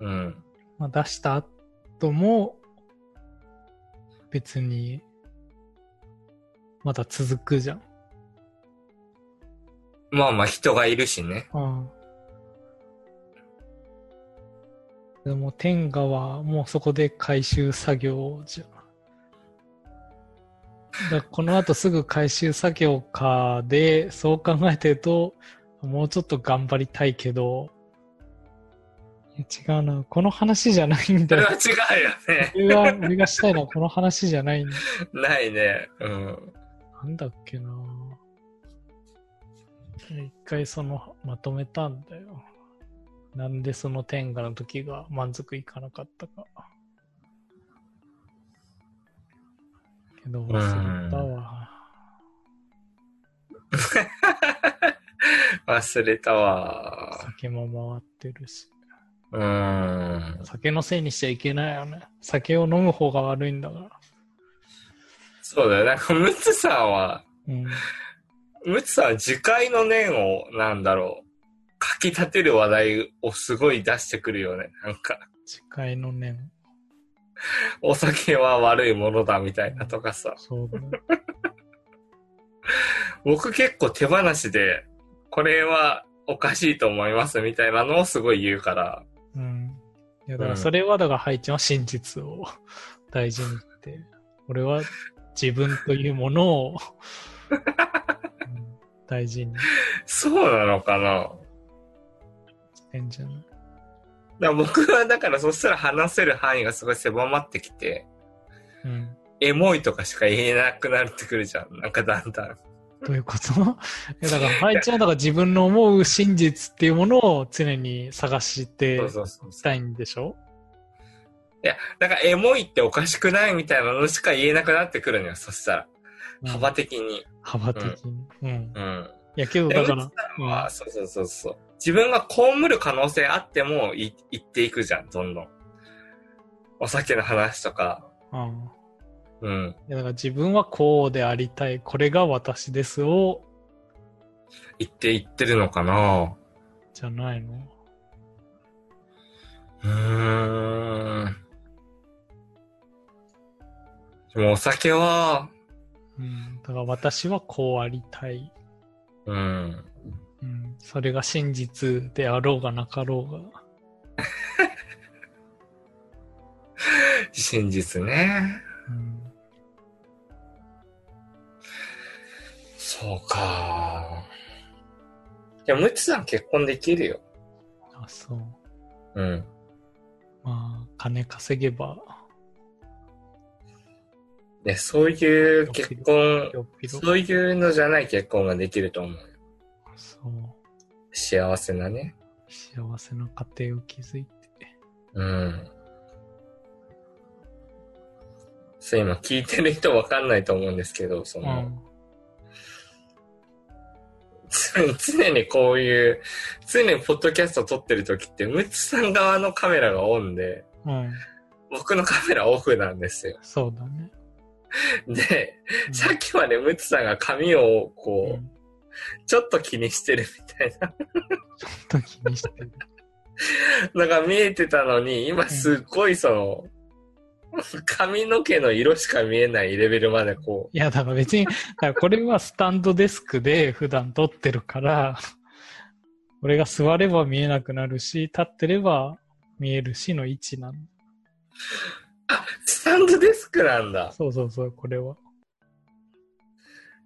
[SPEAKER 2] うん。
[SPEAKER 1] まあ、出した後も別にまだ続くじゃん。
[SPEAKER 2] まあまあ人がいるし [LAUGHS] ね。
[SPEAKER 1] うん、でも天下はもうそこで回収作業じゃん。だからこの後すぐ回収作業かでそう考えてるともうちょっと頑張りたいけどいや違うなこの話じゃないん
[SPEAKER 2] そ
[SPEAKER 1] だ
[SPEAKER 2] れ
[SPEAKER 1] よ [LAUGHS]
[SPEAKER 2] は。違うよ
[SPEAKER 1] 俺
[SPEAKER 2] ね。 [LAUGHS]
[SPEAKER 1] が、俺がしたいのはこの話じゃないんだ。
[SPEAKER 2] ないね。うん。
[SPEAKER 1] なんだっけな一回その、まとめたんだよ。なんでその天下の時が満足いかなかったか。けど、忘れたわ。
[SPEAKER 2] 忘れたわ。
[SPEAKER 1] 酒も回ってるし。
[SPEAKER 2] うーん。
[SPEAKER 1] 酒のせいにしちゃいけないよね。酒を飲む方が悪いんだから。
[SPEAKER 2] そうだよ。なんか、ムツさんは、
[SPEAKER 1] うん。
[SPEAKER 2] ムツさんは樹海の念を、なんだろう。かき立てる話題をすごい出してくるよね。なんか、
[SPEAKER 1] 誓いの念。
[SPEAKER 2] お酒は悪いものだみたいなとかさ。
[SPEAKER 1] そうだね。
[SPEAKER 2] 僕結構手放しで、これはおかしいと思いますみたいなのをすごい言うから。
[SPEAKER 1] うん。いや、だか
[SPEAKER 2] う
[SPEAKER 1] ら
[SPEAKER 2] ん
[SPEAKER 1] それは、だから、ハイちゃんは真実を [LAUGHS] 大事にって、俺は自分というもの
[SPEAKER 2] [LAUGHS]
[SPEAKER 1] をうん大事に
[SPEAKER 2] そうなのかな
[SPEAKER 1] してんじゃない
[SPEAKER 2] だから僕はだからそしたら話せる範囲がすごい狭まってきて、
[SPEAKER 1] うん。
[SPEAKER 2] エモいとかしか言えなくなってくるじゃん。なんかだんだん。
[SPEAKER 1] どういうこと [LAUGHS] いや、だから、ハイちゃんは、だから自分の思う真実っていうものを常に探して
[SPEAKER 2] そうそうそう
[SPEAKER 1] し
[SPEAKER 2] そう。
[SPEAKER 1] たいんでしょ
[SPEAKER 2] だからエモいっておかしくないみたいなのしか言えなくなってくるのよ。そした
[SPEAKER 1] うん
[SPEAKER 2] ら。幅的に。
[SPEAKER 1] 幅的に。うん。
[SPEAKER 2] うん。
[SPEAKER 1] いや、けど、
[SPEAKER 2] で
[SPEAKER 1] だから、
[SPEAKER 2] ムまあ、そうそうそうそう。自分が被る可能性あってもい言っていくじゃん、どんどん。お酒の話とか。
[SPEAKER 1] うんうん。
[SPEAKER 2] うん。
[SPEAKER 1] いや、だから自分はこうでありたい、これが私ですを、
[SPEAKER 2] 言って言ってるのかな
[SPEAKER 1] じゃないの
[SPEAKER 2] うーん。でもお酒は、
[SPEAKER 1] うん、だから私はこうありたい、
[SPEAKER 2] うん。
[SPEAKER 1] うん、それが真実であろうがなかろうが
[SPEAKER 2] 真実ね。、
[SPEAKER 1] うん、
[SPEAKER 2] そうか。いや、むつさん結婚できるよ。
[SPEAKER 1] あそう
[SPEAKER 2] うん。
[SPEAKER 1] まあ金稼げば
[SPEAKER 2] いや、そういう結婚、
[SPEAKER 1] よっぴろ
[SPEAKER 2] そういうのじゃない結婚ができると思う。
[SPEAKER 1] そう
[SPEAKER 2] 幸せなね。
[SPEAKER 1] 幸せな家庭を築いて
[SPEAKER 2] うん。そう、今聞いてる人わかんないと思うんですけど、そうの、
[SPEAKER 1] ん
[SPEAKER 2] 常に常にこういう、常にポッドキャスト撮ってる時って、ムツさん側のカメラがオンで、
[SPEAKER 1] うん
[SPEAKER 2] 僕のカメラオフなんですよ。
[SPEAKER 1] そうだね、
[SPEAKER 2] で、
[SPEAKER 1] うん
[SPEAKER 2] さっきまでムツさんが髪をこ
[SPEAKER 1] う
[SPEAKER 2] う、
[SPEAKER 1] ん
[SPEAKER 2] ちょっと気にしてるみたいな
[SPEAKER 1] ちょっと気にしてる
[SPEAKER 2] のが見えてたのに、今すっごいその、髪の毛の色しか見えないレベルまでこ
[SPEAKER 1] いやだから別にだからこれはスタンドデスクで普段撮ってるから俺が座れば見えなくなるし、立ってれば見えるしの位置なんだ。
[SPEAKER 2] スタンドデスクなんだ。
[SPEAKER 1] そうそうそう、これは。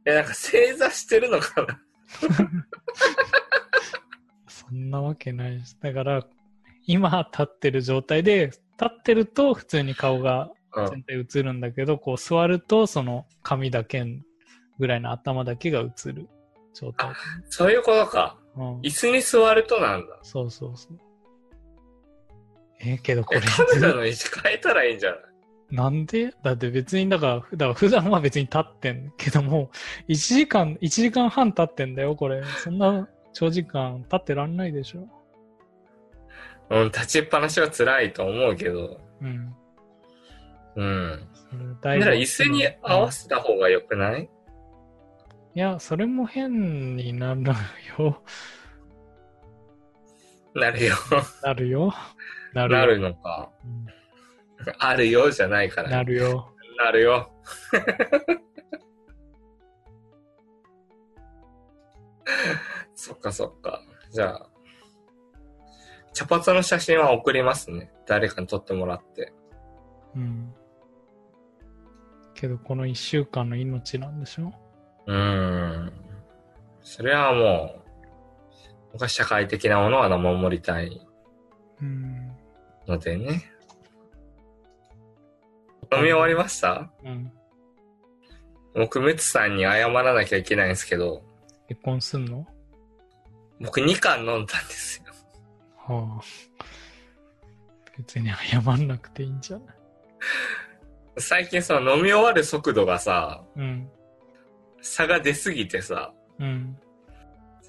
[SPEAKER 2] え、なんか正座してるのかな
[SPEAKER 1] そんなわけないです。だから、今立ってる状態で、立ってると普通に顔が
[SPEAKER 2] うん。
[SPEAKER 1] 全体映るんだけど、こう座るとその髪だけぐらいの頭だけが映る状態。
[SPEAKER 2] そういうことか。
[SPEAKER 1] うん
[SPEAKER 2] 椅子に座るとなんだ。
[SPEAKER 1] そうそうそう。えーけどこ
[SPEAKER 2] え、
[SPEAKER 1] れ、
[SPEAKER 2] カメラの位置変えたらいいんじゃない
[SPEAKER 1] なんでだって別に、だから、だから普段は別に立ってんけども、1時間、1時間半立ってんだよ、これ。そんな長時間立ってらんないでしょ。
[SPEAKER 2] うん、立ちっぱなしは辛いと思うけど。
[SPEAKER 1] うん。
[SPEAKER 2] うん。
[SPEAKER 1] それ
[SPEAKER 2] だ
[SPEAKER 1] 大
[SPEAKER 2] か
[SPEAKER 1] 事
[SPEAKER 2] ら椅子に合わせた方が良くない
[SPEAKER 1] いや、それも変になる
[SPEAKER 2] [LAUGHS]
[SPEAKER 1] よ。
[SPEAKER 2] なるよ。
[SPEAKER 1] なるよ。なるよ。
[SPEAKER 2] なるのか。
[SPEAKER 1] うん
[SPEAKER 2] あるよじゃないから。
[SPEAKER 1] なるよ。
[SPEAKER 2] な
[SPEAKER 1] [LAUGHS]
[SPEAKER 2] るよ。そっかそっか。じゃあ、茶髪の写真は送りますね。誰かに撮ってもらって。
[SPEAKER 1] うん。けど、この1週間の命なんでしょ
[SPEAKER 2] うーん。それはもう、僕は社会的なものは守りたい
[SPEAKER 1] うん。
[SPEAKER 2] のでね。飲み終わりました
[SPEAKER 1] うん。
[SPEAKER 2] 僕、ムツさんに謝らなきゃいけないんですけど、
[SPEAKER 1] 結婚すんの
[SPEAKER 2] 僕2缶飲んだんですよ。
[SPEAKER 1] はあ。別に謝んなくていいんじゃない
[SPEAKER 2] 最近その飲み終わる速度がさ、
[SPEAKER 1] うん。
[SPEAKER 2] 差が出すぎてさ、
[SPEAKER 1] うん。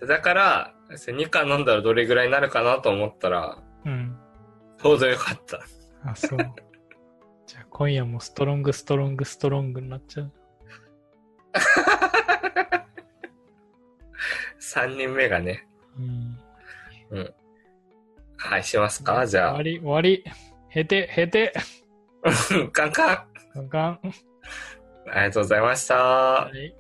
[SPEAKER 2] だから、2缶飲んだらどれぐらいになるかなと思ったら、
[SPEAKER 1] うん。
[SPEAKER 2] ちょうどよかった。
[SPEAKER 1] あ、
[SPEAKER 2] [LAUGHS]
[SPEAKER 1] そう。じゃあ今夜もストロングストロングストロングになっちゃう。
[SPEAKER 2] 3人目がね、
[SPEAKER 1] うん。
[SPEAKER 2] はい、しますかじ
[SPEAKER 1] 終
[SPEAKER 2] ゃ [LAUGHS]
[SPEAKER 1] わり、終わり。 [LAUGHS] へて、へて。
[SPEAKER 2] あ。カンカン。
[SPEAKER 1] ガンガン。
[SPEAKER 2] ありがとうございました。
[SPEAKER 1] はい